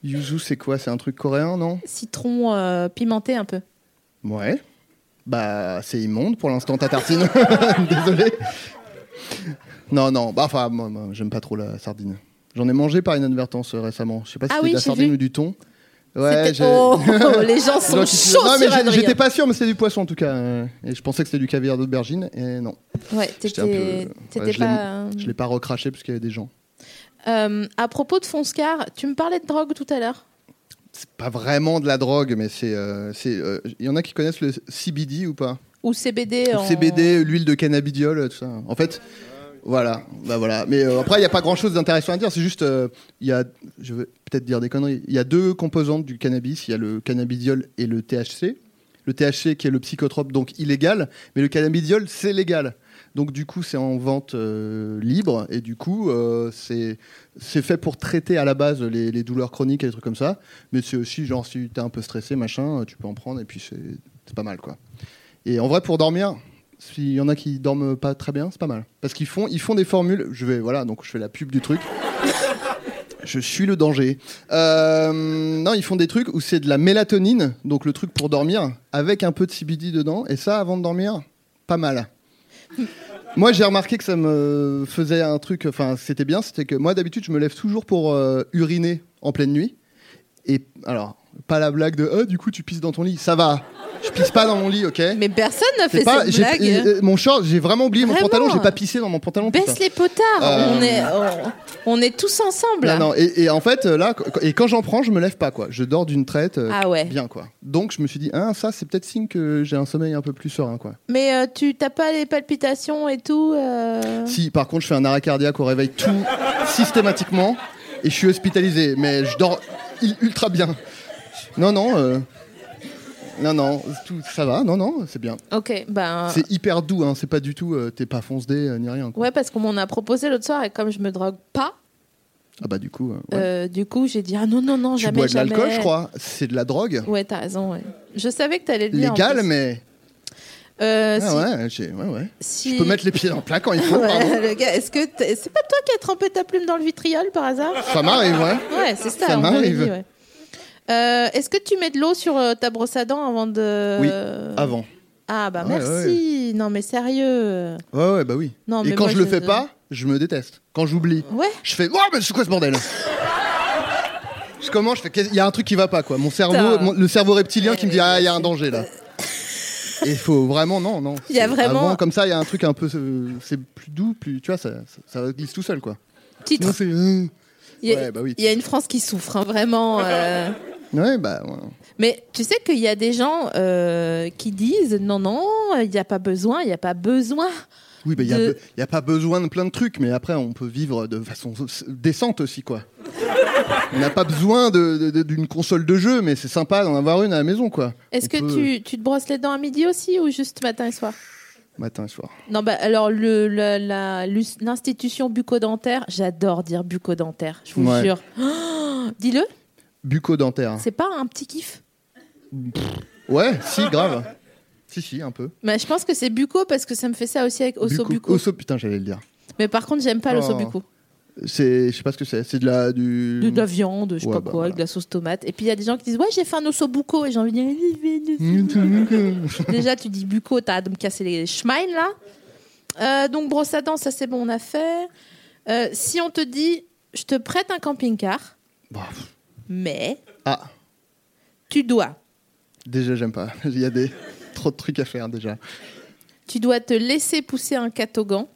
Speaker 2: Yuzu c'est quoi C'est un truc coréen non
Speaker 1: citron euh, pimenté un peu.
Speaker 2: Ouais. Bah c'est immonde pour l'instant ta tartine. [LAUGHS] Désolé. Non non bah enfin moi, moi, j'aime pas trop la sardine. J'en ai mangé par inadvertance euh, récemment. Je sais pas si
Speaker 1: Ah
Speaker 2: c'était
Speaker 1: oui,
Speaker 2: de la
Speaker 1: j'ai
Speaker 2: sardine
Speaker 1: vu.
Speaker 2: ou du thon. Ouais.
Speaker 1: C'était-
Speaker 2: j'ai- [LAUGHS]
Speaker 1: Oh, les gens sont
Speaker 2: Donc,
Speaker 1: chauds
Speaker 2: non, mais j'ai-
Speaker 1: sur Adrien.
Speaker 2: j'étais pas sûr, mais c'était du poisson en tout cas. euh, Et je pensais que c'était du caviar d'aubergine, et non.
Speaker 1: Ouais,
Speaker 2: J'étais un
Speaker 1: t'étais
Speaker 2: peu-
Speaker 1: t'étais
Speaker 2: ouais, je l'ai-
Speaker 1: pas. euh,
Speaker 2: Je l'ai pas recraché parce qu'il y avait des gens.
Speaker 1: euh, à propos de Fonscar, tu me parlais de drogue tout à l'heure.
Speaker 2: C'est pas vraiment de la drogue, mais c'est. euh, c'est, euh, Il y en a qui connaissent le CBD ou pas
Speaker 1: Ou CBD.
Speaker 2: Le
Speaker 1: en-
Speaker 2: CBD, l'huile de cannabidiol, tout ça. En fait. Voilà, bah voilà. Mais euh, après, il n'y a pas grand chose d'intéressant à dire. C'est juste, euh, il y a, je vais peut-être dire des conneries. Il y a deux composantes du cannabis. Il y a le cannabidiol et le THC. le THC qui est le psychotrope, donc illégal, mais le cannabidiol, c'est légal. Donc du coup, c'est en vente euh, libre et du coup, euh, c'est c'est fait pour traiter à la base les, les douleurs chroniques et des trucs comme ça. Mais c'est aussi genre si t'es un peu stressé, machin, euh, tu peux en prendre et puis c'est c'est pas mal quoi. Et en vrai, pour dormir, s'il y en a qui dorment pas très bien, c'est pas mal parce qu'ils font ils font des formules. Je vais voilà, donc je fais la pub du truc. [LAUGHS] Je suis le danger. Euh, non, ils font des trucs où c'est de la mélatonine, donc le truc pour dormir, avec un peu de CBD dedans. Et ça, avant de dormir, pas mal. Moi, j'ai remarqué que ça me faisait un truc. Enfin, c'était bien. C'était que moi, d'habitude, je me lève toujours pour euh, uriner en pleine nuit. Et alors, pas la blague de Ah, du coup, tu pisses dans ton lit. Ça va. Je pisse pas dans mon lit, ok.
Speaker 1: Mais personne n'a
Speaker 2: C'est
Speaker 1: fait
Speaker 2: pas-
Speaker 1: cette
Speaker 2: j'ai-
Speaker 1: blague.
Speaker 2: euh, euh, mon short, j'ai vraiment oublié mon
Speaker 1: Vraiment.
Speaker 2: pantalon. J'ai pas pissé dans mon pantalon. putain.
Speaker 1: Baisse les potards,
Speaker 2: Euh.
Speaker 1: on, est, on, on est tous ensemble. là.
Speaker 2: Non, non, et, et en fait, euh, là, qu- et quand j'en prends, je me lève pas, quoi. Je dors d'une traite. euh,
Speaker 1: Ah ouais.
Speaker 2: Bien, quoi. Donc, je me suis dit, ah, ça, c'est peut-être signe que j'ai un sommeil un peu plus serein, quoi.
Speaker 1: Mais euh, tu t'as pas les palpitations et tout euh,
Speaker 2: Si, par contre, je fais un arrêt cardiaque au réveil tout systématiquement et je suis hospitalisé, mais je dors il- ultra bien. Non, non, euh, non, non, tout, ça va, non, non, c'est bien.
Speaker 1: Ok, ben.
Speaker 2: C'est hyper doux, hein, c'est pas du tout, euh, t'es pas fonce ni rien. Quoi.
Speaker 1: Ouais, parce qu'on m'en a proposé l'autre soir et comme je me drogue pas,
Speaker 2: Ah bah du coup, euh, ouais.
Speaker 1: euh, du coup j'ai dit ah non, non, non,
Speaker 2: tu
Speaker 1: jamais.
Speaker 2: bois de
Speaker 1: jamais.
Speaker 2: l'alcool, je crois, c'est de la drogue.
Speaker 1: Ouais, t'as raison. ouais. Je savais que t'allais le dire. en
Speaker 2: Légal,
Speaker 1: plus.
Speaker 2: mais.
Speaker 1: Euh,
Speaker 2: Ah
Speaker 1: si-
Speaker 2: ouais, j'ai- ouais, ouais.
Speaker 1: si-
Speaker 2: Je peux mettre les pieds dans le plat quand il faut,
Speaker 1: Ouais, [LAUGHS]
Speaker 2: pardon.
Speaker 1: le gars, est-ce que t'es- c'est pas toi qui as trempé ta plume dans le vitriol par hasard
Speaker 2: Ça m'arrive, ouais.
Speaker 1: Ouais, c'est ça.
Speaker 2: Ça
Speaker 1: on m'avait
Speaker 2: m'arrive.
Speaker 1: dit, ouais. Euh, Est-ce que tu mets de l'eau sur euh, ta brosse à dents avant de.
Speaker 2: Oui, avant.
Speaker 1: Ah bah
Speaker 2: Ouais,
Speaker 1: merci. Non mais sérieux.
Speaker 2: Ouais, ouais, bah oui.
Speaker 1: Non,
Speaker 2: et
Speaker 1: mais
Speaker 2: quand
Speaker 1: moi,
Speaker 2: je le
Speaker 1: je-
Speaker 2: fais pas, je me déteste. Quand j'oublie,
Speaker 1: Ouais.
Speaker 2: je fais Oh, mais c'est quoi ce bordel Je commence, je fais Qu'est-ce- Il y a un truc qui va pas, quoi. Mon cerveau,
Speaker 1: Putain. Euh,
Speaker 2: mon- le cerveau reptilien qui me dit Ah, il y a un danger
Speaker 1: [LAUGHS]
Speaker 2: là. Et il faut vraiment, non, non.
Speaker 1: Il y a
Speaker 2: C'est-
Speaker 1: vraiment-
Speaker 2: Avant, comme ça, il y a un truc un peu. euh, C'est plus doux, plus. Tu vois, ça, ça, ça glisse tout seul, quoi.
Speaker 1: Titre.
Speaker 2: Non, c'est. euh,
Speaker 1: Il y, a-
Speaker 2: Ouais, bah oui.
Speaker 1: il y a une France qui souffre, hein,
Speaker 2: [LAUGHS]
Speaker 1: vraiment. euh.
Speaker 2: Ouais, bah. ouais.
Speaker 1: Mais tu sais qu'il y a des gens euh, qui disent non, non, il n'y a pas besoin, il n'y a pas besoin.
Speaker 2: Oui, bah, il n'y a,
Speaker 1: De-
Speaker 2: be- il y a pas besoin de plein de trucs, mais après, on peut vivre de façon s- décente aussi, quoi. on n'a pas besoin de- de- d'une console de jeu, mais c'est sympa d'en avoir une à la maison, quoi.
Speaker 1: Est-ce
Speaker 2: On
Speaker 1: que
Speaker 2: peut- euh,
Speaker 1: tu, tu te brosses les dents à midi aussi ou juste matin et soir
Speaker 2: Matin et soir.
Speaker 1: Non, bah alors le- la- la- l'us- l'institution bucco-dentaire, j'adore dire bucco-dentaire, je vous
Speaker 2: Ouais.
Speaker 1: jure. [GASPS] Oh, Dis-le,
Speaker 2: Bucco-dentaire.
Speaker 1: c'est pas un petit kiff
Speaker 2: Ouais, si, grave. si, si, un peu.
Speaker 1: mais je pense que c'est bucco parce que ça me fait ça aussi avec osso
Speaker 2: Bucco-
Speaker 1: bucco.
Speaker 2: Osso, putain, j'allais le dire.
Speaker 1: Mais par contre, j'aime pas l'osso
Speaker 2: Oh.
Speaker 1: bucco.
Speaker 2: C'est, je sais pas ce que c'est. C'est de la du.
Speaker 1: de, de la viande, je sais
Speaker 2: Ouais,
Speaker 1: pas
Speaker 2: bah
Speaker 1: quoi,
Speaker 2: voilà.
Speaker 1: avec de la sauce tomate. Et puis il y a des gens qui disent Ouais, j'ai fait un osso bucco. Et j'ai envie de dire Allez, venez.
Speaker 2: [LAUGHS]
Speaker 1: Déjà, tu dis bucco, t'as de me casser les schmeils là. Euh, donc, brosse à dents, ça c'est bon, on a fait. Euh, si on te dit Je te prête un camping-car,
Speaker 2: [LAUGHS] Bah, pff.
Speaker 1: mais
Speaker 2: ah,
Speaker 1: tu dois,
Speaker 2: déjà, j'aime pas. [LAUGHS] Il y a des trop de trucs à faire déjà.
Speaker 1: tu dois te laisser pousser un catogan.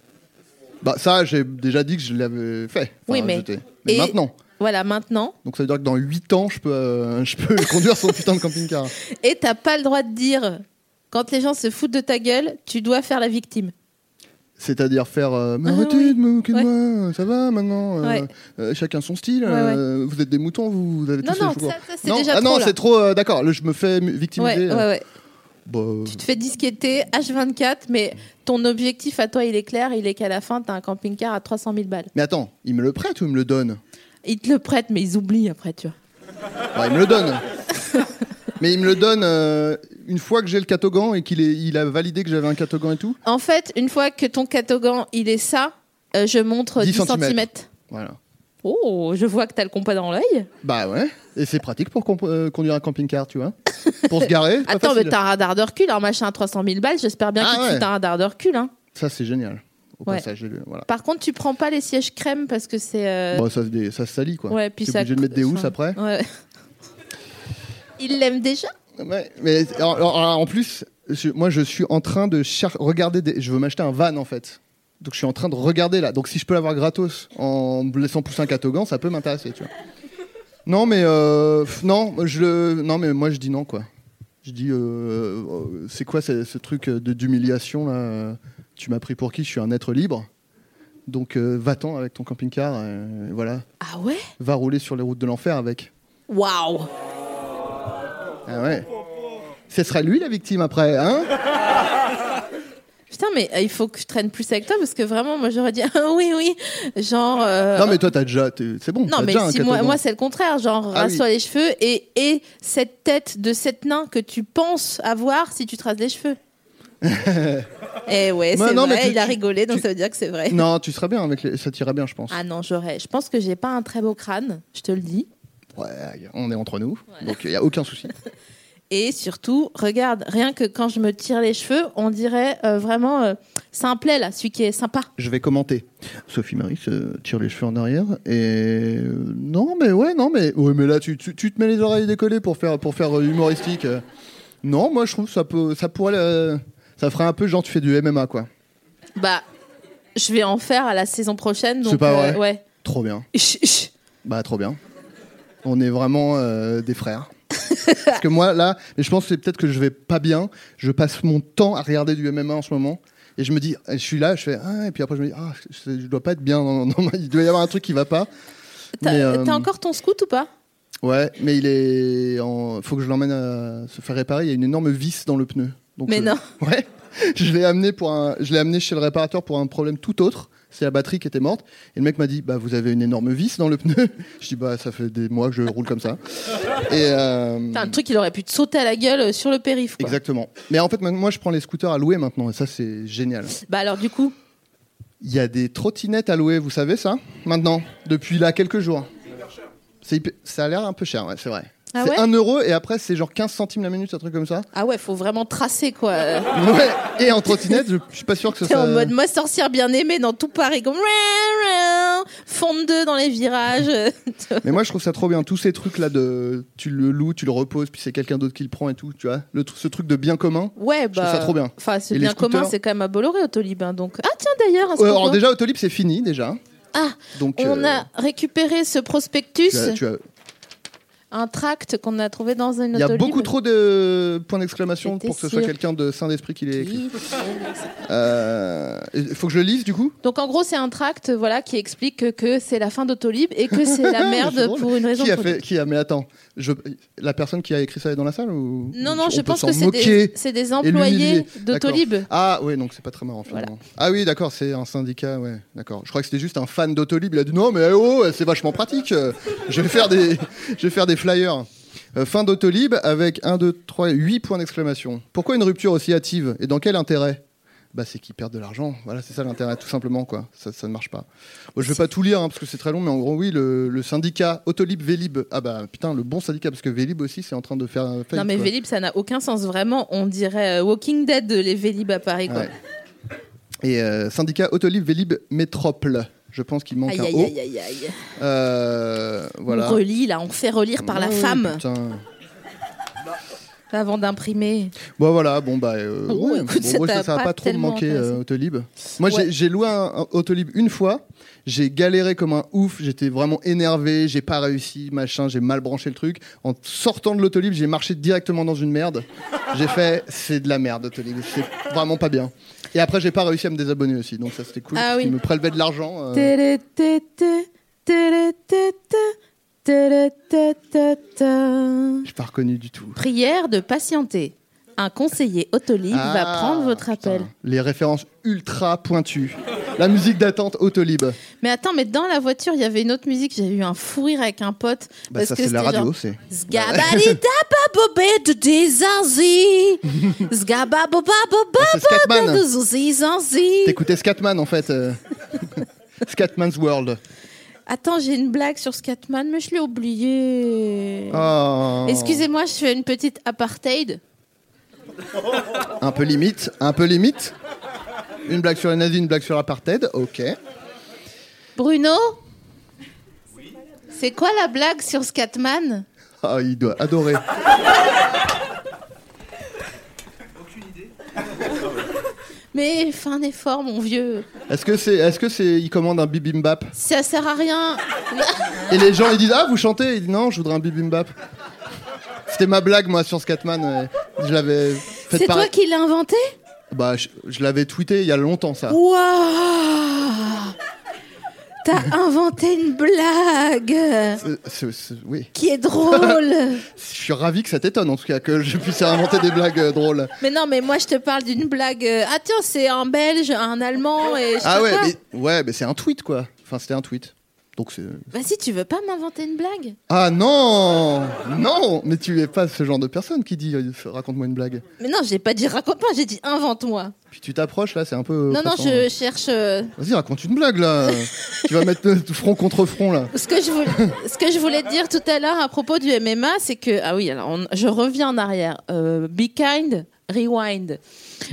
Speaker 2: Bah ça, j'ai déjà dit que je l'avais fait. Enfin,
Speaker 1: Oui, mais-
Speaker 2: j'étais- mais
Speaker 1: et-
Speaker 2: maintenant.
Speaker 1: Voilà, maintenant.
Speaker 2: Donc ça veut dire que dans 8 ans, je peux, euh, [LAUGHS] je peux conduire son putain de camping-car.
Speaker 1: Et t'as pas le droit de dire Quand les gens se foutent de ta gueule, tu dois faire la victime.
Speaker 2: C'est-à-dire faire euh, Mais
Speaker 1: Ah,
Speaker 2: arrêtez
Speaker 1: oui.
Speaker 2: de me moquer de moi, ça va maintenant, euh,
Speaker 1: Ouais.
Speaker 2: euh, chacun son style,
Speaker 1: Ouais,
Speaker 2: euh, vous êtes des moutons, vous, vous avez
Speaker 1: Non,
Speaker 2: tous
Speaker 1: non,
Speaker 2: les cheveux
Speaker 1: ça-
Speaker 2: courts.
Speaker 1: ça, c'est
Speaker 2: Non,
Speaker 1: déjà
Speaker 2: ah non,
Speaker 1: trop, là.
Speaker 2: c'est trop, euh, d'accord, le- je me fais mu- victimiser.
Speaker 1: Ouais, ouais,
Speaker 2: euh,
Speaker 1: ouais.
Speaker 2: bah, euh,
Speaker 1: Tu te fais disqueter H24, mais ton objectif à toi, il est clair, il est qu'à la fin, t'as un camping-car à 300 000 balles.
Speaker 2: Mais attends, il me le prête ou il me le donne
Speaker 1: Ils te le prêtent, mais ils oublient après, tu vois.
Speaker 2: Bah, Il me le
Speaker 1: [LAUGHS]
Speaker 2: donne. mais il me le donne euh, une fois que j'ai le catogan et qu'il est- il a validé que j'avais un catogan et tout.
Speaker 1: En fait, une fois que ton catogan, il est ça, euh, je montre
Speaker 2: 10
Speaker 1: 10,
Speaker 2: centimètres.
Speaker 1: cm.
Speaker 2: Voilà.
Speaker 1: Oh, je vois que t'as le compas dans l'œil.
Speaker 2: Bah ouais, et c'est pratique pour comp- euh, conduire un camping-car, tu vois. Pour se garer. c'est pas
Speaker 1: Attends, mais
Speaker 2: facile.
Speaker 1: t'as un radar de recul, un machin à 300 000 balles, j'espère bien
Speaker 2: Ah
Speaker 1: qu'il
Speaker 2: ouais.
Speaker 1: te fout un radar de recul. hein.
Speaker 2: Ça, c'est génial. Au
Speaker 1: Ouais.
Speaker 2: passage, j'ai le- voilà.
Speaker 1: Par contre, tu prends pas les sièges crème parce que c'est... euh,
Speaker 2: Bon, ça, se dé- ça se salit, quoi.
Speaker 1: ouais, puis
Speaker 2: T'es
Speaker 1: ça-
Speaker 2: obligé de mettre des housses
Speaker 1: enfin,
Speaker 2: après.
Speaker 1: ouais. Il l'aime déjà
Speaker 2: Ouais, mais alors, alors, en plus, je- moi, je suis en train de cher- regarder. Des, je veux m'acheter un van, en fait. Donc, je suis en train de regarder là. Donc, si je peux l'avoir gratos en me laissant pousser un catogan, ça peut m'intéresser, tu vois. Non, mais euh, pff, non, je le- non, mais moi, je dis non, quoi. Je dis, euh, euh, c'est quoi ce, ce truc euh, de d'humiliation là euh, Tu m'as pris pour qui Je suis un être libre. Donc, euh, va-t'en avec ton camping-car. euh, voilà,
Speaker 1: Ah ouais
Speaker 2: va rouler sur les routes de l'enfer avec.
Speaker 1: Waouh
Speaker 2: Ah ouais. Ce sera lui la victime après, hein
Speaker 1: Putain, mais euh, il faut que je traîne plus avec toi parce que vraiment, moi j'aurais dit [LAUGHS] ah, oui, oui. Genre. euh,
Speaker 2: Non, mais toi, t'as déjà. t'es- C'est bon.
Speaker 1: non,
Speaker 2: t'as
Speaker 1: mais
Speaker 2: déjà un
Speaker 1: si, moi,
Speaker 2: catalogue.
Speaker 1: moi, c'est le contraire. Genre,
Speaker 2: Ah
Speaker 1: rase-toi
Speaker 2: oui.
Speaker 1: les cheveux et, et cette tête de cette nain que tu penses avoir si tu te rases
Speaker 2: [LAUGHS]
Speaker 1: les cheveux. Eh ouais,
Speaker 2: Bah,
Speaker 1: c'est
Speaker 2: non, mais
Speaker 1: vrai,
Speaker 2: tu-
Speaker 1: il a
Speaker 2: tu-
Speaker 1: rigolé, donc
Speaker 2: tu-
Speaker 1: ça veut dire que c'est vrai.
Speaker 2: Non, tu seras bien avec les... ça t'ira bien, je pense.
Speaker 1: Ah non, j'aurais. Je pense que j'ai pas un très beau crâne, je te le dis.
Speaker 2: Ouais, on est entre nous, donc il y a aucun souci.
Speaker 1: Et surtout, regarde, rien que quand je me tire les cheveux, on dirait euh, vraiment euh, simplet là, celui qui est sympa.
Speaker 2: Je vais commenter. Sophie Marie se tire les cheveux en arrière et euh, non, mais ouais, non, mais ouais, mais là tu, tu, tu te mets les oreilles décollées pour faire pour faire euh, humoristique. euh. Non, moi je trouve ça peut ça pourrait euh, ça ferait un peu genre tu fais du MMA quoi.
Speaker 1: Bah, je vais en faire à la saison prochaine.
Speaker 2: C'est
Speaker 1: donc,
Speaker 2: pas
Speaker 1: euh,
Speaker 2: vrai.
Speaker 1: Ouais.
Speaker 2: Trop bien.
Speaker 1: Chut, chut.
Speaker 2: Bah trop bien. On est vraiment euh, des frères. Parce que moi là, mais je pense que c'est peut-être que je vais pas bien. Je passe mon temps à regarder du MMA en ce moment. Et je me dis, je suis là, je fais, ah, et puis après je me dis, ah, je, je dois pas être bien, dans- dans ma- il doit y avoir un truc qui va pas.
Speaker 1: T'as
Speaker 2: Mais, euh,
Speaker 1: t'as encore ton scout ou pas
Speaker 2: Ouais, mais il est. En... Faut que je l'emmène à se faire réparer. Il y a une énorme vis dans le pneu. Donc,
Speaker 1: Mais
Speaker 2: euh,
Speaker 1: non.
Speaker 2: [LAUGHS] Ouais. Je l'ai amené pour un. Je l'ai amené chez le réparateur pour un problème tout autre. C'est la batterie qui était morte. Et le mec m'a dit, bah vous avez une énorme vis dans le pneu. [LAUGHS] Je dis, bah ça fait des mois que je roule comme ça. Et. euh,
Speaker 1: T'as un truc, il aurait pu te sauter à la gueule euh, sur le périph. Quoi.
Speaker 2: Exactement. Mais en fait, moi, je prends les scooters à louer maintenant, et ça, c'est génial.
Speaker 1: Bah alors du coup,
Speaker 2: Il y a des trottinettes à louer, vous savez ça Maintenant, depuis là quelques jours. C'est hyper- Ça a l'air un peu cher, ouais, c'est vrai.
Speaker 1: Ah
Speaker 2: c'est
Speaker 1: ouais
Speaker 2: 1 euro et après c'est genre 15 centimes la minute, un truc comme ça.
Speaker 1: ah ouais, faut vraiment tracer quoi. Euh,
Speaker 2: Ouais. Et en trottinette, je suis pas sûr que ce
Speaker 1: [LAUGHS] T'es
Speaker 2: soit.
Speaker 1: en mode moi sorcière bien aimée dans tout Paris comme Rin, rin, fonde deux dans les virages. [LAUGHS] euh,
Speaker 2: Mais moi, je trouve ça trop bien. Tous ces trucs-là de. Tu le loues, tu le reposes, puis c'est quelqu'un d'autre qui le prend et tout, tu vois. Le, tr- ce truc de bien commun.
Speaker 1: ouais bah.
Speaker 2: ça trop bien.
Speaker 1: Enfin, c'est
Speaker 2: Et les
Speaker 1: bien commun,
Speaker 2: scooters
Speaker 1: c'est quand même à Bolloré au Tolib. hein, donc ah tiens d'ailleurs. à ce
Speaker 2: Ouais, Euh, alors
Speaker 1: propos,
Speaker 2: déjà, Autolib, c'est fini déjà.
Speaker 1: Ah,
Speaker 2: Donc.
Speaker 1: on
Speaker 2: euh,
Speaker 1: a récupéré ce prospectus,
Speaker 2: tu as- tu as-
Speaker 1: un tract qu'on a trouvé dans une
Speaker 2: Il y a
Speaker 1: Autolib.
Speaker 2: beaucoup trop de points d'exclamation
Speaker 1: J'étais
Speaker 2: pour que ce soit
Speaker 1: sûre.
Speaker 2: quelqu'un de saint d'esprit qui l'ait écrit.
Speaker 1: Oui.
Speaker 2: Euh, faut que je le lise du coup
Speaker 1: Donc en gros, c'est un tract voilà, qui explique que, que c'est la fin d'Autolib et que c'est
Speaker 2: [LAUGHS]
Speaker 1: la
Speaker 2: C'est
Speaker 1: merde
Speaker 2: drôle.
Speaker 1: pour une raison.
Speaker 2: Qui a
Speaker 1: pour-
Speaker 2: fait Qui a Mais attends, je- la personne qui a écrit ça est dans la salle ou
Speaker 1: Non, non,
Speaker 2: On
Speaker 1: je
Speaker 2: peut
Speaker 1: pense
Speaker 2: s'en
Speaker 1: que c'est des,
Speaker 2: moquer
Speaker 1: c'est des
Speaker 2: et l'humilier.
Speaker 1: employés
Speaker 2: D'accord.
Speaker 1: d'Autolib.
Speaker 2: Ah oui, donc c'est pas très marrant finalement. Ah oui, d'accord, c'est un syndicat, ouais, d'accord. Je crois que c'était juste un fan d'Autolib. Il a dit non, mais eh oh, c'est vachement pratique. euh, Je vais faire des, je vais faire des flyers. Euh, fin d'Autolib avec 1, 2, 3, 8 points d'exclamation. Pourquoi une rupture aussi hâtive Et dans quel intérêt bah, c'est qu'ils perdent de l'argent, voilà, c'est ça l'intérêt, tout simplement, quoi. Ça, ça ne marche pas. Bon, je vais pas tout lire, hein, parce que c'est très long, mais en gros, oui, le, le syndicat Autolib Vélib, ah bah putain, le bon syndicat, parce que Vélib aussi, c'est en train de faire. euh, faillite,
Speaker 1: Non mais
Speaker 2: quoi.
Speaker 1: Vélib, ça n'a aucun sens vraiment. On dirait euh, Walking Dead les Vélib à Paris. Quoi.
Speaker 2: Ouais. Et euh, syndicat Autolib Vélib Métropole. Je pense qu'il manque
Speaker 1: Aïe
Speaker 2: un
Speaker 1: aïe
Speaker 2: O.
Speaker 1: aïe aïe aïe.
Speaker 2: Euh, voilà.
Speaker 1: On relit là, on fait relire par la
Speaker 2: Ouais,
Speaker 1: femme
Speaker 2: putain.
Speaker 1: avant d'imprimer.
Speaker 2: Bon voilà, bon bah euh,
Speaker 1: Bon,
Speaker 2: ouais,
Speaker 1: Oh, écoute,
Speaker 2: bon,
Speaker 1: ça
Speaker 2: moi,
Speaker 1: t'a
Speaker 2: ça ça a
Speaker 1: pas
Speaker 2: pas trop
Speaker 1: tellement
Speaker 2: manqué euh,
Speaker 1: intéressé.
Speaker 2: Autolib. Moi
Speaker 1: Ouais.
Speaker 2: j'ai- j'ai loué un, un Autolib une fois, j'ai galéré comme un ouf, j'étais vraiment énervé, j'ai pas réussi, machin, j'ai mal branché le truc. En sortant de l'Autolib, j'ai marché directement dans une merde. J'ai fait c'est de la merde Autolib, c'est vraiment pas bien. Et après j'ai pas réussi à me désabonner aussi, donc ça c'était cool.
Speaker 1: Ah
Speaker 2: parce
Speaker 1: oui.
Speaker 2: qu'ils me prélevaient de l'argent. euh,
Speaker 1: Télé, té, té, télé, té, té, télé, té, té, té.
Speaker 2: J'ai pas reconnu du tout.
Speaker 1: Prière de patienter. Un conseiller Autolib va
Speaker 2: Ah,
Speaker 1: prendre votre
Speaker 2: putain.
Speaker 1: appel.
Speaker 2: Les références ultra pointues. La musique d'attente Autolib.
Speaker 1: Mais attends, mais dans la voiture, il y avait une autre musique. J'ai eu un fou rire avec un pote.
Speaker 2: Bah,
Speaker 1: parce
Speaker 2: ça
Speaker 1: que
Speaker 2: c'est la
Speaker 1: c'était
Speaker 2: radio,
Speaker 1: genre,
Speaker 2: c'est.
Speaker 1: Zgabarita babobé de des zanzi. Zgababobababa
Speaker 2: C'est Scatman.
Speaker 1: de zouzi zanzi.
Speaker 2: T'écoutais Scatman en fait. euh. [LAUGHS] Scatman's World.
Speaker 1: Attends, j'ai une blague sur Scatman, mais je l'ai oubliée.
Speaker 2: Oh.
Speaker 1: Excusez-moi, je fais une petite apartheid.
Speaker 2: Un peu limite, un peu limite. Une blague sur les nazis, une blague sur l'apartheid, ok.
Speaker 1: Bruno C'est quoi la blague sur Scatman
Speaker 2: Ah, il doit adorer.
Speaker 1: Mais fais un effort, mon vieux.
Speaker 2: Est-ce que c'est, est-ce que c'est, il commande un bibimbap
Speaker 1: Ça sert à rien.
Speaker 2: Et les gens ils disent ah vous chantez, il dit non je voudrais un bibimbap. C'était ma blague moi sur Scatman, ouais. je l'avais. faite
Speaker 1: C'est
Speaker 2: par-
Speaker 1: toi qui l'as inventé
Speaker 2: Bah je, je l'avais tweeté il y a longtemps ça.
Speaker 1: Waouh T'as inventé une blague
Speaker 2: Euh, c'est- c'est- oui.
Speaker 1: qui est drôle.
Speaker 2: Je suis ravi que ça t'étonne, en tout cas, que je puisse inventer des blagues euh, drôles.
Speaker 1: [LAUGHS] mais non, mais moi je te parle d'une blague. euh, Ah tiens, c'est un Belge, un Allemand et je sais
Speaker 2: Ah ouais,
Speaker 1: quoi.
Speaker 2: mais, ouais, mais c'est un tweet, quoi. Enfin, c'était un tweet. Donc c'est. euh.
Speaker 1: Bah si, tu veux pas m'inventer une blague
Speaker 2: Ah non Non Mais tu es pas ce genre de personne qui dit euh, raconte-moi une blague.
Speaker 1: Mais non, j'ai pas dit raconte-moi, j'ai dit invente-moi.
Speaker 2: Puis tu t'approches là, c'est un peu.
Speaker 1: Non, non,
Speaker 2: oppressant.
Speaker 1: je cherche. euh,
Speaker 2: Vas-y, raconte une blague
Speaker 1: [LAUGHS]
Speaker 2: là. tu vas mettre euh, front contre front là.
Speaker 1: Ce que, je voulais, ce que je voulais te dire tout à l'heure à propos du MMA, c'est que. Ah oui, alors on- je reviens en arrière. Euh, be kind, rewind.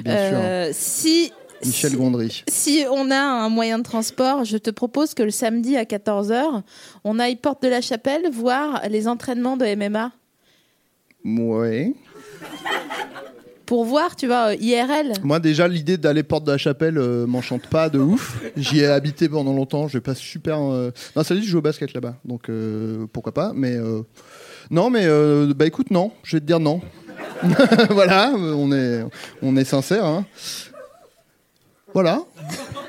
Speaker 2: Bien sûr.
Speaker 1: Euh, Si.
Speaker 2: Michel
Speaker 1: si-
Speaker 2: Gondry.
Speaker 1: Si on a un moyen de transport, je te propose que le samedi à 14h, on aille porte de la chapelle voir les entraînements de MMA.
Speaker 2: Ouais.
Speaker 1: Pour voir, tu vois, euh, IRL.
Speaker 2: Moi déjà l'idée d'aller porte de la chapelle euh, m'enchante pas de ouf. J'y ai habité pendant longtemps, je passe super. euh, Non, ça dit je joue au basket là-bas, donc euh, pourquoi pas. Mais euh, non, mais euh, bah écoute non, je vais te dire non. [LAUGHS] voilà, euh, on est on est sincère. hein. Voilà.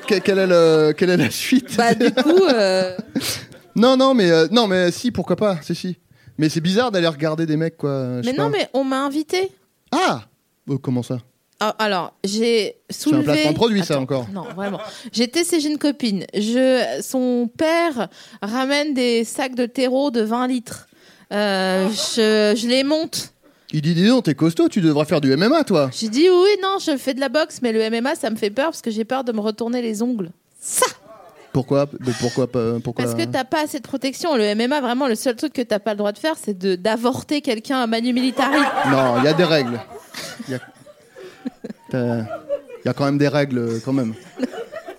Speaker 2: Que- quelle, est le- quelle est la suite
Speaker 1: Bah, du coup, euh,
Speaker 2: [LAUGHS] Non, non, mais euh, non, mais si, pourquoi pas, si, si. Mais c'est bizarre d'aller regarder des mecs quoi. euh, je
Speaker 1: mais
Speaker 2: sais
Speaker 1: non,
Speaker 2: pas.
Speaker 1: mais on m'a invité.
Speaker 2: Ah, Euh, comment ça
Speaker 1: Ah, Alors, j'ai soulevé.
Speaker 2: placement de produit, ça,
Speaker 1: Attends,
Speaker 2: encore.
Speaker 1: Non, vraiment. J'étais chez une copine. Je, son père ramène des sacs de terreau de 20 litres. Euh, je, je les monte.
Speaker 2: Il dit dis donc t'es costaud, tu devrais faire du MMA toi.
Speaker 1: J'ai dit oui, non, je fais de la boxe, mais le MMA, ça me fait peur parce que j'ai peur de me retourner les ongles. Ça
Speaker 2: Pourquoi Mais pourquoi pas euh, pourquoi
Speaker 1: Parce que t'as pas assez de protection. Le MMA, vraiment, le seul truc que t'as pas le droit de faire, c'est de- d'avorter quelqu'un à manu militari.
Speaker 2: Non, il y a des règles. Il y, a... t'as- il y a quand même des règles euh, quand même.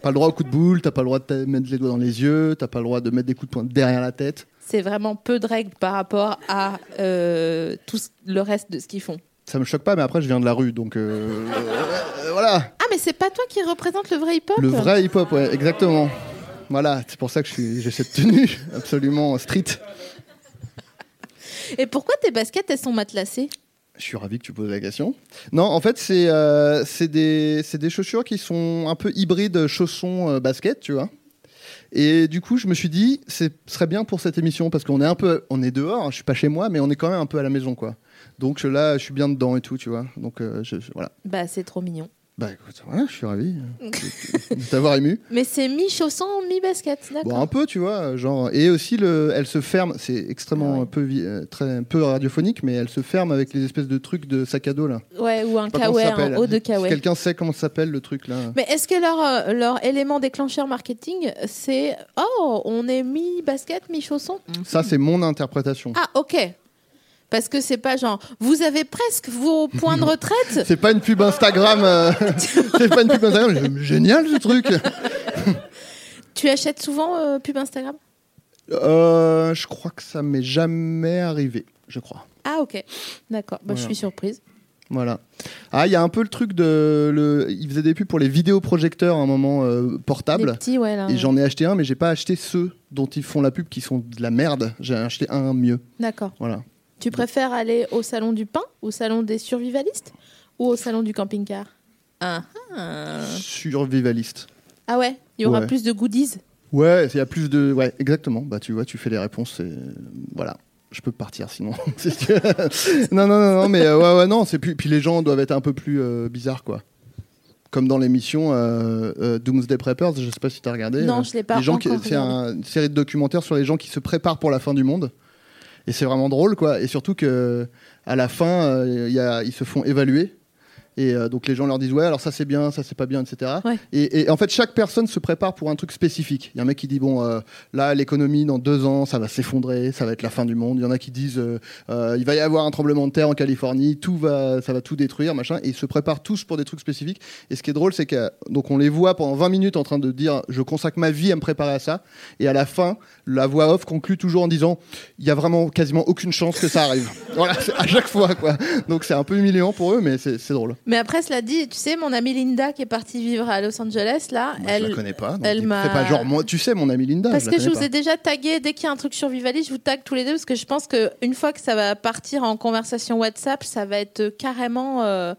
Speaker 2: Pas le droit au coup de boule, t'as pas le droit de te- mettre les doigts dans les yeux, t'as pas le droit de mettre des coups de poing derrière la tête.
Speaker 1: C'est vraiment peu de règles par rapport à euh, tout ce- le reste de ce qu'ils font.
Speaker 2: Ça me choque pas, mais après je viens de la rue, donc euh, euh, voilà.
Speaker 1: Ah, mais c'est pas toi qui représente le vrai hip-hop
Speaker 2: Le vrai hip-hop, ouais, exactement. Voilà, c'est pour ça que je suis- j'ai cette tenue [LAUGHS] absolument street.
Speaker 1: Et pourquoi tes baskets, elles sont matelassées
Speaker 2: Je suis ravi que tu poses la question. Non, en fait, c'est euh, c'est des, c'est des chaussures qui sont un peu hybrides chaussons-basket, tu vois. Et du coup, je me suis dit, c'est- ce serait bien pour cette émission parce qu'on est un peu, on est dehors, hein, je suis pas chez moi, mais on est quand même un peu à la maison, quoi. Donc euh, là, je suis bien dedans et tout, tu vois. Donc euh, je- je- voilà.
Speaker 1: Bah, c'est trop mignon.
Speaker 2: Bah écoute, voilà, je suis ravi euh, de- de t'avoir ému.
Speaker 1: Mais c'est mi-chausson, mi-basket,
Speaker 2: Bon,
Speaker 1: d'accord
Speaker 2: un peu, tu vois, genre. Et aussi, le, elle se ferme, c'est extrêmement
Speaker 1: Ah ouais.
Speaker 2: euh, peu, vi- euh, très, peu radiophonique, mais elle se ferme avec les espèces de trucs de sac à dos, là.
Speaker 1: Ouais, ou un
Speaker 2: Je sais hein. pas comment
Speaker 1: kawaii,
Speaker 2: ça s'appelle.
Speaker 1: un haut hein, de
Speaker 2: Si
Speaker 1: kawaii.
Speaker 2: quelqu'un sait comment ça s'appelle le truc là.
Speaker 1: Mais est-ce que leur, euh, leur élément déclencheur marketing, c'est Oh, on est mi-basket, mi-chausson
Speaker 2: Ça, c'est mon interprétation.
Speaker 1: Ah, ok. Parce que c'est pas genre Vous avez presque vos
Speaker 2: [LAUGHS]
Speaker 1: points de retraite
Speaker 2: C'est pas une pub Instagram. euh, [LAUGHS] c'est pas une pub Instagram. Je- Génial ce truc.
Speaker 1: Tu achètes souvent euh, pub Instagram
Speaker 2: Euh, je crois que ça m'est jamais arrivé. Je crois.
Speaker 1: Ah, ok. D'accord. Bah, Je
Speaker 2: Voilà.
Speaker 1: suis surprise.
Speaker 2: Voilà. Ah, il y a un peu le truc de. Le... Il faisait des pubs pour les vidéoprojecteurs à un moment euh,
Speaker 1: Les
Speaker 2: portables.
Speaker 1: petits, ouais, là.
Speaker 2: Et j'en ai acheté un, mais j'ai pas acheté ceux dont ils font la pub qui sont de la merde. J'ai acheté un mieux.
Speaker 1: D'accord.
Speaker 2: Voilà.
Speaker 1: Tu préfères aller au salon du pain, au salon des survivalistes ou au salon du camping-car ah.
Speaker 2: Survivaliste.
Speaker 1: ah ouais, il y aura
Speaker 2: Ouais.
Speaker 1: plus de goodies.
Speaker 2: Ouais, il y a plus de. Ouais, exactement. Bah, tu vois, tu fais les réponses et. Voilà. Je peux partir sinon. [LAUGHS] C'est que- non, non, non, non, mais euh, ouais, ouais, non. c'est Plus... Puis les gens doivent être un peu plus euh, bizarres, quoi. Comme dans l'émission euh, euh, Doomsday Preppers, je sais pas si t'as regardé.
Speaker 1: Non,
Speaker 2: euh,
Speaker 1: je l'ai pas
Speaker 2: les gens qui-
Speaker 1: encore
Speaker 2: C'est un- une série de documentaires sur les gens qui se préparent pour la fin du monde. Et c'est vraiment drôle, quoi. Et surtout que à la fin, euh, il y a- ils se font évaluer. Et euh, donc les gens leur disent ouais alors ça c'est bien, ça c'est pas bien, etc.
Speaker 1: Ouais.
Speaker 2: Et, et en fait chaque personne se prépare pour un truc spécifique. Il y a un mec qui dit bon euh, là l'économie dans deux ans ça va s'effondrer, ça va être la fin du monde. Il y en a qui disent euh, euh, il va y avoir un tremblement de terre en Californie, tout va ça va tout détruire machin. Et ils se préparent tous pour des trucs spécifiques. Et ce qui est drôle c'est que donc on les voit pendant 20 minutes en train de dire je consacre ma vie à me préparer à ça. Et à la fin la voix off conclut toujours en disant il y a vraiment quasiment aucune chance que ça arrive. [LAUGHS] voilà c'est à chaque fois quoi. Donc c'est un peu humiliant pour eux mais c'est c'est drôle.
Speaker 1: Mais après, cela dit, tu sais, mon amie Linda qui est partie vivre à Los Angeles, là,
Speaker 2: Moi,
Speaker 1: elle.
Speaker 2: je la connais pas. donc
Speaker 1: elle
Speaker 2: dis-
Speaker 1: m'a-
Speaker 2: fais pas genre moi. Tu sais, mon ami Linda.
Speaker 1: Parce
Speaker 2: je la
Speaker 1: que je
Speaker 2: connais
Speaker 1: vous
Speaker 2: pas.
Speaker 1: ai déjà tagué, dès qu'il y a un truc survivaliste, je vous tague tous les deux, parce que je pense que une fois que ça va partir en conversation WhatsApp, ça va être carrément. euh,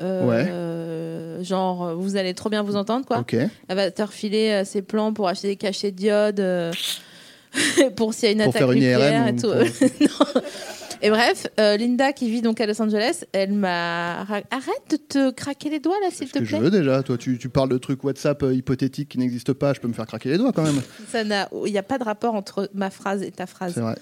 Speaker 1: euh,
Speaker 2: Ouais.
Speaker 1: euh, euh, genre euh, vous allez trop bien vous entendre quoi.
Speaker 2: Ok.
Speaker 1: Elle va te refiler euh, ses plans pour acheter des cachets de diodes euh, [LAUGHS] pour s'il y a une
Speaker 2: Pour
Speaker 1: attaque
Speaker 2: faire une
Speaker 1: nucléaire
Speaker 2: IRM
Speaker 1: et
Speaker 2: ou
Speaker 1: tout. [LAUGHS] Non. Et bref, euh, Linda qui vit donc à Los Angeles, elle m'a ra- arrête de te craquer les doigts là s'il
Speaker 2: Ce
Speaker 1: te
Speaker 2: que je
Speaker 1: plaît.
Speaker 2: veux déjà, toi, tu, tu parles de trucs WhatsApp euh, hypothétiques qui n'existent pas, je peux me faire craquer les doigts quand même.
Speaker 1: Ça n'a, il n'y a pas de rapport entre ma phrase et ta phrase.
Speaker 2: C'est vrai.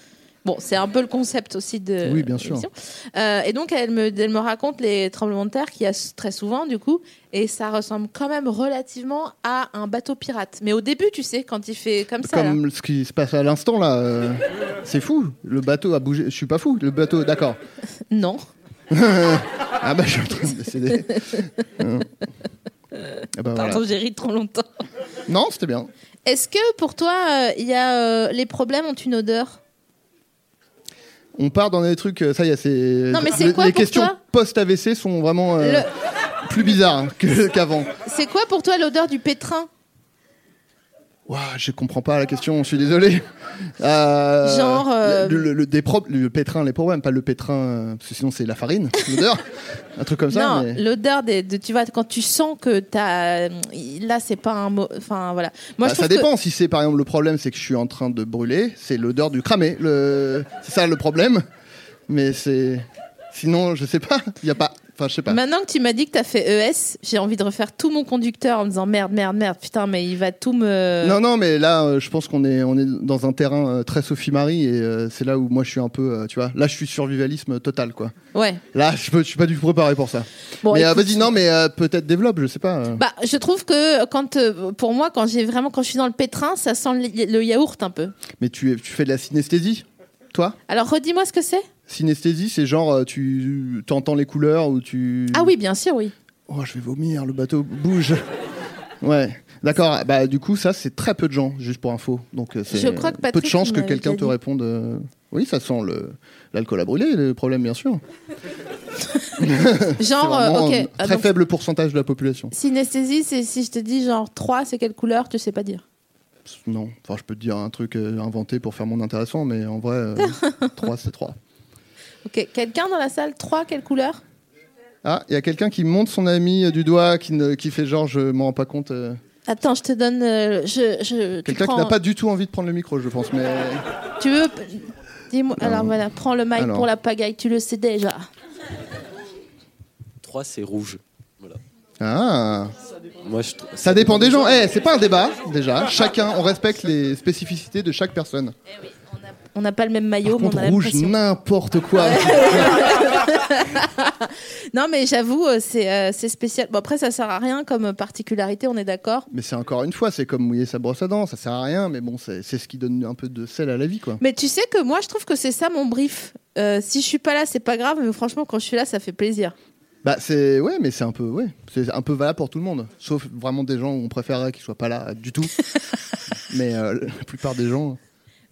Speaker 1: Bon, c'est un peu le concept aussi de
Speaker 2: Oui, bien sûr.
Speaker 1: l'émission. Euh, et donc, elle me, elle me raconte les tremblements de terre qu'il y a s- très souvent, du coup, et ça ressemble quand même relativement à un bateau pirate. Mais au début, tu sais, quand il fait comme ça, là.
Speaker 2: Comme ce qui se passe à l'instant là, euh, c'est fou. Le bateau a bougé. Je suis pas fou. Le bateau, d'accord.
Speaker 1: non.
Speaker 2: Ah bah je suis en train de
Speaker 1: [LAUGHS]
Speaker 2: décéder. Hein. Ah bah, voilà.
Speaker 1: Pardon, j'ai ri trop longtemps.
Speaker 2: Non, c'était bien.
Speaker 1: Est-ce que pour toi, euh, il y a, euh, les problèmes ont une odeur
Speaker 2: On part dans des trucs. euh, Ça y est, c'est.
Speaker 1: Non, mais c'est
Speaker 2: le-
Speaker 1: quoi
Speaker 2: Les
Speaker 1: pour
Speaker 2: questions
Speaker 1: toi
Speaker 2: post-AVC sont vraiment euh, plus bizarres hein,
Speaker 1: [LAUGHS]
Speaker 2: que- qu'avant.
Speaker 1: C'est quoi pour toi l'odeur du pétrin
Speaker 2: Ouah, je comprends pas la question, je suis
Speaker 1: [LAUGHS]
Speaker 2: désolé. Euh,
Speaker 1: Genre, euh,
Speaker 2: Le, le- le- des pro- le pétrin, les problèmes, pas le pétrin, euh, parce que sinon c'est la farine,
Speaker 1: [LAUGHS]
Speaker 2: l'odeur, un truc comme ça.
Speaker 1: Non,
Speaker 2: mais-
Speaker 1: l'odeur des, de, tu vois, quand tu sens que t'as, euh, là, c'est pas un mot, enfin voilà. Moi,
Speaker 2: Bah,
Speaker 1: je
Speaker 2: ça
Speaker 1: trouve que-
Speaker 2: dépend, si c'est par exemple le problème, c'est que je suis en train de brûler, c'est l'odeur du cramé, le... c'est ça le problème. Mais c'est. Sinon, je sais pas, il n'y a pas. Enfin, je sais pas.
Speaker 1: Maintenant que tu m'as dit que t'as fait ES, j'ai envie de refaire tout mon conducteur en me disant merde, merde, merde, putain, mais il va tout me.
Speaker 2: Non, non, mais là, euh, je pense qu'on est, on est dans un terrain euh, très Sophie Marie, et euh, c'est là où moi je suis un peu, euh, tu vois, là je suis survivalisme total, quoi.
Speaker 1: Ouais.
Speaker 2: Là, je, peux, je suis pas du tout préparé pour ça.
Speaker 1: Bon,
Speaker 2: mais euh,
Speaker 1: écoute,
Speaker 2: vas-y, non, mais euh, peut-être développe, je sais pas. euh.
Speaker 1: Bah, je trouve que quand, euh, pour moi, quand j'ai vraiment, quand je suis dans le pétrin, ça sent le, le yaourt un peu.
Speaker 2: Mais tu, es- tu fais de la synesthésie, toi
Speaker 1: Alors redis-moi ce que c'est.
Speaker 2: Synesthésie, c'est genre euh, tu entends les couleurs ou tu.
Speaker 1: Ah oui, bien sûr, oui.
Speaker 2: Oh, je vais vomir, le bateau bouge. [LAUGHS] ouais. D'accord. Bah du coup, ça c'est très peu de gens, juste pour info. Donc euh, c'est
Speaker 1: Je crois que
Speaker 2: euh, peu
Speaker 1: Patrick
Speaker 2: de chances
Speaker 1: me
Speaker 2: que
Speaker 1: l'avait
Speaker 2: quelqu'un
Speaker 1: déjà
Speaker 2: te
Speaker 1: dit.
Speaker 2: réponde. euh, Oui, ça sent le l'alcool à brûler, le problème bien sûr.
Speaker 1: Genre,
Speaker 2: C'est
Speaker 1: euh,
Speaker 2: vraiment
Speaker 1: ok.
Speaker 2: un
Speaker 1: euh,
Speaker 2: très
Speaker 1: donc,
Speaker 2: faible pourcentage de la population.
Speaker 1: Synesthésie, c'est si je te dis genre 3, c'est quelle couleur, tu sais pas dire.
Speaker 2: Non, enfin je peux te dire un truc euh, inventé pour faire mon intéressant, mais en vrai,
Speaker 1: [LAUGHS]
Speaker 2: 3 c'est 3.
Speaker 1: Ok, quelqu'un dans la salle, 3, quelle couleur
Speaker 2: Ah, il y a quelqu'un qui monte son ami euh, du doigt, qui, ne- qui fait genre je m'en rends pas compte. euh.
Speaker 1: Attends, je te donne. euh, je, je, tu
Speaker 2: Quelqu'un qui
Speaker 1: prends- hein.
Speaker 2: n'a pas du tout envie de prendre le micro, je pense. Mais
Speaker 1: Tu veux. Dis-moi. Alors voilà, prends le mic
Speaker 2: Alors.
Speaker 1: pour la pagaille, tu le sais déjà.
Speaker 3: 3, c'est rouge. Voilà.
Speaker 2: ah,
Speaker 3: Moi, je trouve-
Speaker 2: ça dépend des gens. Eh, c'est pas un débat déjà. Chacun, on respecte les spécificités de chaque personne.
Speaker 1: On n'a pas le même maillot,
Speaker 2: Par
Speaker 1: mais oh, on
Speaker 2: contre,
Speaker 1: a
Speaker 2: rouge,
Speaker 1: l'impression.
Speaker 2: n'importe quoi.
Speaker 1: Non, mais j'avoue, euh, c'est euh, c'est spécial. Bon, après, ça sert à rien comme particularité, on est d'accord.
Speaker 2: [LAUGHS] mais c'est encore une fois, c'est comme mouiller sa brosse à dents, ça sert à rien. Mais bon, c'est c'est ce qui donne un peu de sel à la vie, quoi.
Speaker 1: Mais tu sais que moi, je trouve que c'est ça mon brief. Euh, si je suis pas là, c'est pas grave, mais franchement, quand je suis là, ça fait plaisir.
Speaker 2: Bah c'est ouais, mais c'est un peu ouais, c'est un peu valable pour tout le monde, sauf vraiment des gens où on préférerait qu'ils soient pas là euh, du
Speaker 1: [LAUGHS]
Speaker 2: tout. mais euh, la plupart des gens.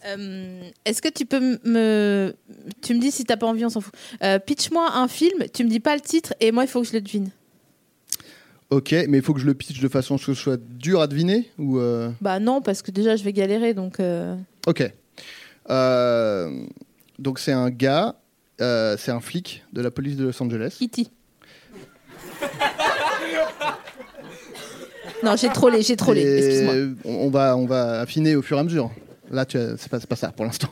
Speaker 1: Euh, Est-ce que tu peux m- me. Tu me dis si t'as pas envie, on s'en fout. Euh, Pitch-moi un film, tu me dis pas le titre, et moi, il faut que je le devine.
Speaker 2: Ok, mais il faut que je le pitch de façon à ce que ce soit dur à deviner ou. euh,
Speaker 1: Bah non, parce que déjà, je vais galérer, donc. euh,
Speaker 2: Ok. Euh, Donc c'est un gars, euh, c'est un flic de la police de Los Angeles.
Speaker 1: [LAUGHS] Kitty. non, j'ai trollé, j'ai trollé,
Speaker 2: Et
Speaker 1: excuse-moi.
Speaker 2: on on va, on va affiner au fur et à mesure. Là, tu as- c'est pas, c'est pas ça pour
Speaker 1: [LAUGHS]
Speaker 2: l'instant.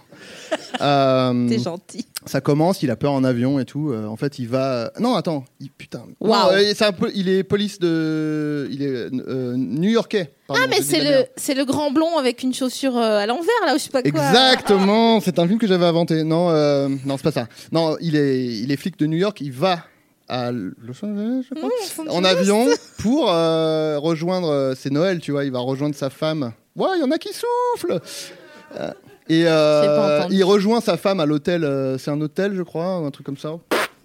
Speaker 2: Euh,
Speaker 1: T'es gentil.
Speaker 2: ça commence, il a peur en avion et tout. euh, en fait, il va. Non, attends, il- putain.
Speaker 1: Waouh.
Speaker 2: Non, euh, c'est un peu- il est police de, il est euh, new-yorkais. pardon,
Speaker 1: Ah, mais
Speaker 2: je dis
Speaker 1: c'est
Speaker 2: de la merde.
Speaker 1: le, c'est le grand blond avec une chaussure euh, à l'envers, là, ou je sais pas quoi.
Speaker 2: Exactement, c'est un film que j'avais inventé. Non, euh, non, c'est pas ça. Non, il est, il est flic de New York. Il va à Los Angeles, je crois,
Speaker 1: Los
Speaker 2: en avion pour euh, rejoindre. euh, C'est Noël, tu vois. Il va rejoindre sa femme. Ouais, il y en a qui soufflent. Euh, et euh,
Speaker 1: J'ai pas entendu.
Speaker 2: il rejoint sa femme à l'hôtel. euh, c'est un hôtel, je crois, ou un truc comme ça.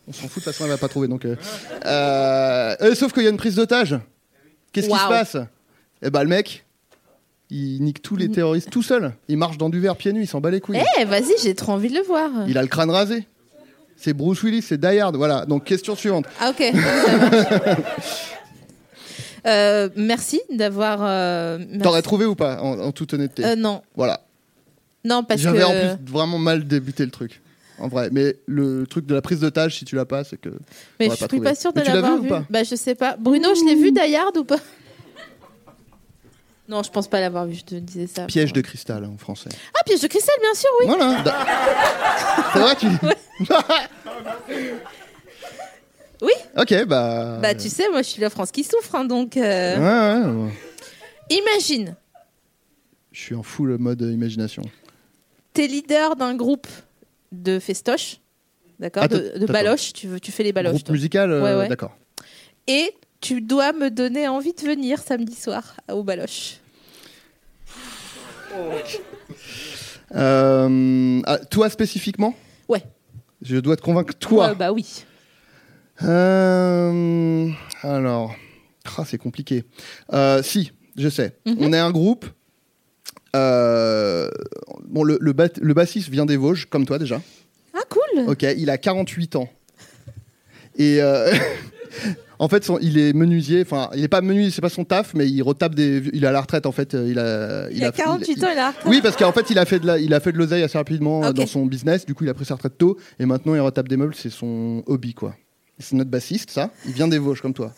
Speaker 2: On s'en fout de toute façon, elle va pas trouver. Donc, euh, euh, euh, sauf qu'il y a une prise d'otage. Qu'est-ce qui se
Speaker 1: Waouh.
Speaker 2: passe Eh ben, le mec, il nique tous les terroristes tout seul. Il marche dans du verre pieds nus, il s'en bat les couilles.
Speaker 1: Mhm. Eh, vas-y, j'ai trop envie de le voir.
Speaker 2: Il a le crâne rasé. C'est Bruce Willis, c'est Die Hard. Voilà, donc question suivante.
Speaker 1: Ah, ok. ça marche. [LAUGHS] Euh, merci d'avoir. euh, merci.
Speaker 2: T'aurais trouvé ou pas, en, en toute honnêteté
Speaker 1: Euh, Non,
Speaker 2: Voilà.
Speaker 1: non, parce que.
Speaker 2: J'avais en plus vraiment mal débuté le truc. en vrai. Mais le truc de la prise d'otage, si tu l'as pas, c'est que.
Speaker 1: Mais
Speaker 2: t'auras
Speaker 1: je suis
Speaker 2: trouvé.
Speaker 1: pas sûre de
Speaker 2: Mais tu l'as
Speaker 1: l'avoir
Speaker 2: vu
Speaker 1: vu.
Speaker 2: ou pas
Speaker 1: bah je sais pas. Bruno, je l'ai vu Dayard ou pas Non, je pense pas l'avoir vu, je te disais ça.
Speaker 2: Piège de cristal hein, en français.
Speaker 1: Ah, piège de cristal, bien sûr, oui. [LAUGHS]
Speaker 2: Voilà. Da- C'est vrai, tu. [LAUGHS]
Speaker 1: Oui.
Speaker 2: Ok, bah.
Speaker 1: Bah tu sais, moi je suis la France qui souffre, hein, donc euh,
Speaker 2: Ouais, ouais, ouais.
Speaker 1: imagine,
Speaker 2: Je suis en full mode imagination.
Speaker 1: t'es leader d'un groupe de festoches, d'accord,
Speaker 2: Ah,
Speaker 1: de,
Speaker 2: t'as-
Speaker 1: de
Speaker 2: t'as
Speaker 1: baloches, tu, veux, tu fais les baloches.
Speaker 2: Groupe
Speaker 1: toi.
Speaker 2: musical, euh,
Speaker 1: Ouais, ouais.
Speaker 2: d'accord.
Speaker 1: Et tu dois me donner envie de venir samedi soir aux baloches.
Speaker 2: Euh, ah, toi spécifiquement
Speaker 1: Ouais.
Speaker 2: Je dois te convaincre, toi.
Speaker 1: Ouais, Bah oui.
Speaker 2: Euh, alors, Ah, c'est compliqué. Euh, si, je sais.
Speaker 1: Mhm.
Speaker 2: On est un groupe. euh, bon, le, le, bat- le bassiste vient des Vosges, comme toi déjà.
Speaker 1: Ah cool.
Speaker 2: Ok, il a 48 ans. Et euh, [LAUGHS] en fait, son- il est menuisier. Enfin, il n'est pas menuisier, c'est pas son taf, mais il retape des. Il est à la retraite en fait. euh, Il a.
Speaker 1: Il, a 48 ans, il a
Speaker 2: Oui, parce qu'en fait, il a fait de la, il a fait de l'oseille assez rapidement euh,
Speaker 1: Ok.
Speaker 2: dans son business. Du coup, il a pris sa retraite tôt et maintenant il retape des meubles. C'est son hobby, quoi. C'est notre bassiste, ça. Il vient des Vosges comme toi.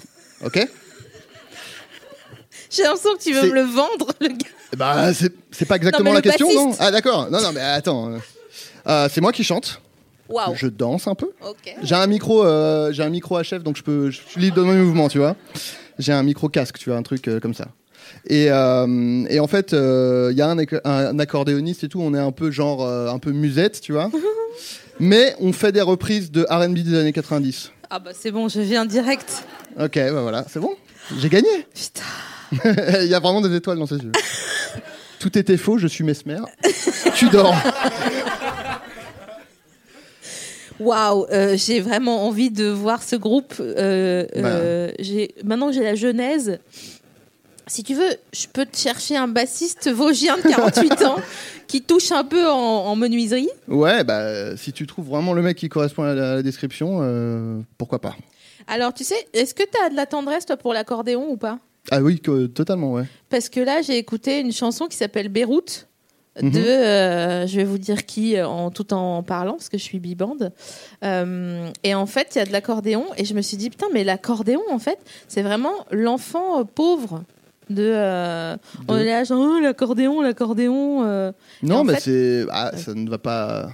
Speaker 2: Ok.
Speaker 1: J'ai l'impression que tu veux
Speaker 2: C'est-
Speaker 1: me le vendre, le gars.
Speaker 2: Eh Bah, c'est c'est pas exactement
Speaker 1: mais
Speaker 2: la
Speaker 1: le
Speaker 2: question, non
Speaker 1: bassiste.
Speaker 2: Ah d'accord. Non, non, mais attends. euh, euh, c'est moi qui chante.
Speaker 1: Waouh.
Speaker 2: Je danse un peu.
Speaker 1: Ok.
Speaker 2: J'ai un micro, euh, j'ai un micro HF, donc je peux, je suis libre de mes mouvements, tu vois. J'ai un micro casque, tu vois, un truc euh, comme ça. Et, euh, et en fait, euh, il y a un, ac- un accordéoniste et tout. On est un peu genre, euh, un peu musette, tu vois. Mais on fait des reprises de R&B des années 90.
Speaker 1: Ah bah c'est bon, je viens direct.
Speaker 2: Ok, bah voilà, c'est bon. J'ai gagné. [LAUGHS]
Speaker 1: Putain.
Speaker 2: Il y a vraiment des étoiles dans ses yeux. Tout était faux. Je suis mesmer. tu dors.
Speaker 1: Waouh, euh, j'ai vraiment envie de voir ce groupe. euh,
Speaker 2: Bah.
Speaker 1: euh, j'ai- Maintenant que j'ai la genèse, si tu veux, je peux te chercher un bassiste vosgien de 48 ans qui touche un peu en, en menuiserie.
Speaker 2: Ouais, bah euh, si tu trouves vraiment le mec qui correspond à la, à la description, euh, pourquoi pas.
Speaker 1: Alors tu sais, est-ce que tu as de la tendresse toi pour l'accordéon ou pas
Speaker 2: Ah oui, que- totalement, ouais.
Speaker 1: Parce que là, j'ai écouté une chanson qui s'appelle Beyrouth de,
Speaker 2: Mhm.
Speaker 1: euh, je vais vous dire qui, euh, en tout en parlant, parce que je suis bibande. Euh, et en fait, il y a de l'accordéon, et je me suis dit, putain, mais l'accordéon, en fait, c'est vraiment l'enfant euh, pauvre de... euh, On est là, genre, Oh, l'accordéon, l'accordéon. euh. Et en
Speaker 2: Non, mais
Speaker 1: fait-
Speaker 2: c'est. ah,
Speaker 1: Ouais.
Speaker 2: ça ne va pas.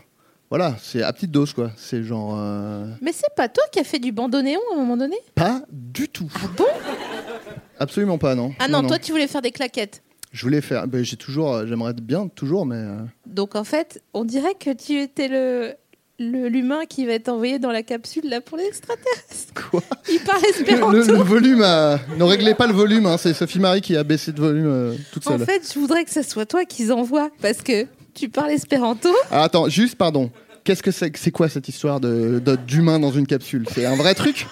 Speaker 2: Voilà, c'est à petite dose, quoi. C'est genre. euh,
Speaker 1: Mais c'est pas toi qui as fait du bandoneon à un moment donné
Speaker 2: Pas du tout.
Speaker 1: Ah bon
Speaker 2: Absolument pas, non.
Speaker 1: Ah non, toi, tu voulais faire des claquettes.
Speaker 2: Je voulais faire. ben, j'ai toujours. euh, J'aimerais bien, toujours, mais. euh,
Speaker 1: Donc, en fait, on dirait que tu étais le... le- L'humain qui va être envoyé dans la capsule là pour les
Speaker 2: [LAUGHS]
Speaker 1: extraterrestres.
Speaker 2: Quoi
Speaker 1: Il parle espéranto.
Speaker 2: le, le volume a- Ne réglez pas le volume, hein, c'est Sophie Marie qui a baissé de volume euh, toute
Speaker 1: En
Speaker 2: seule.
Speaker 1: fait, je voudrais que ce soit toi qu'ils envoient parce que tu parles espéranto.
Speaker 2: Alors, Ah, attends, juste, pardon. Qu'est-ce que c'est que- C'est quoi cette histoire de de- d'humain dans une capsule C'est un vrai truc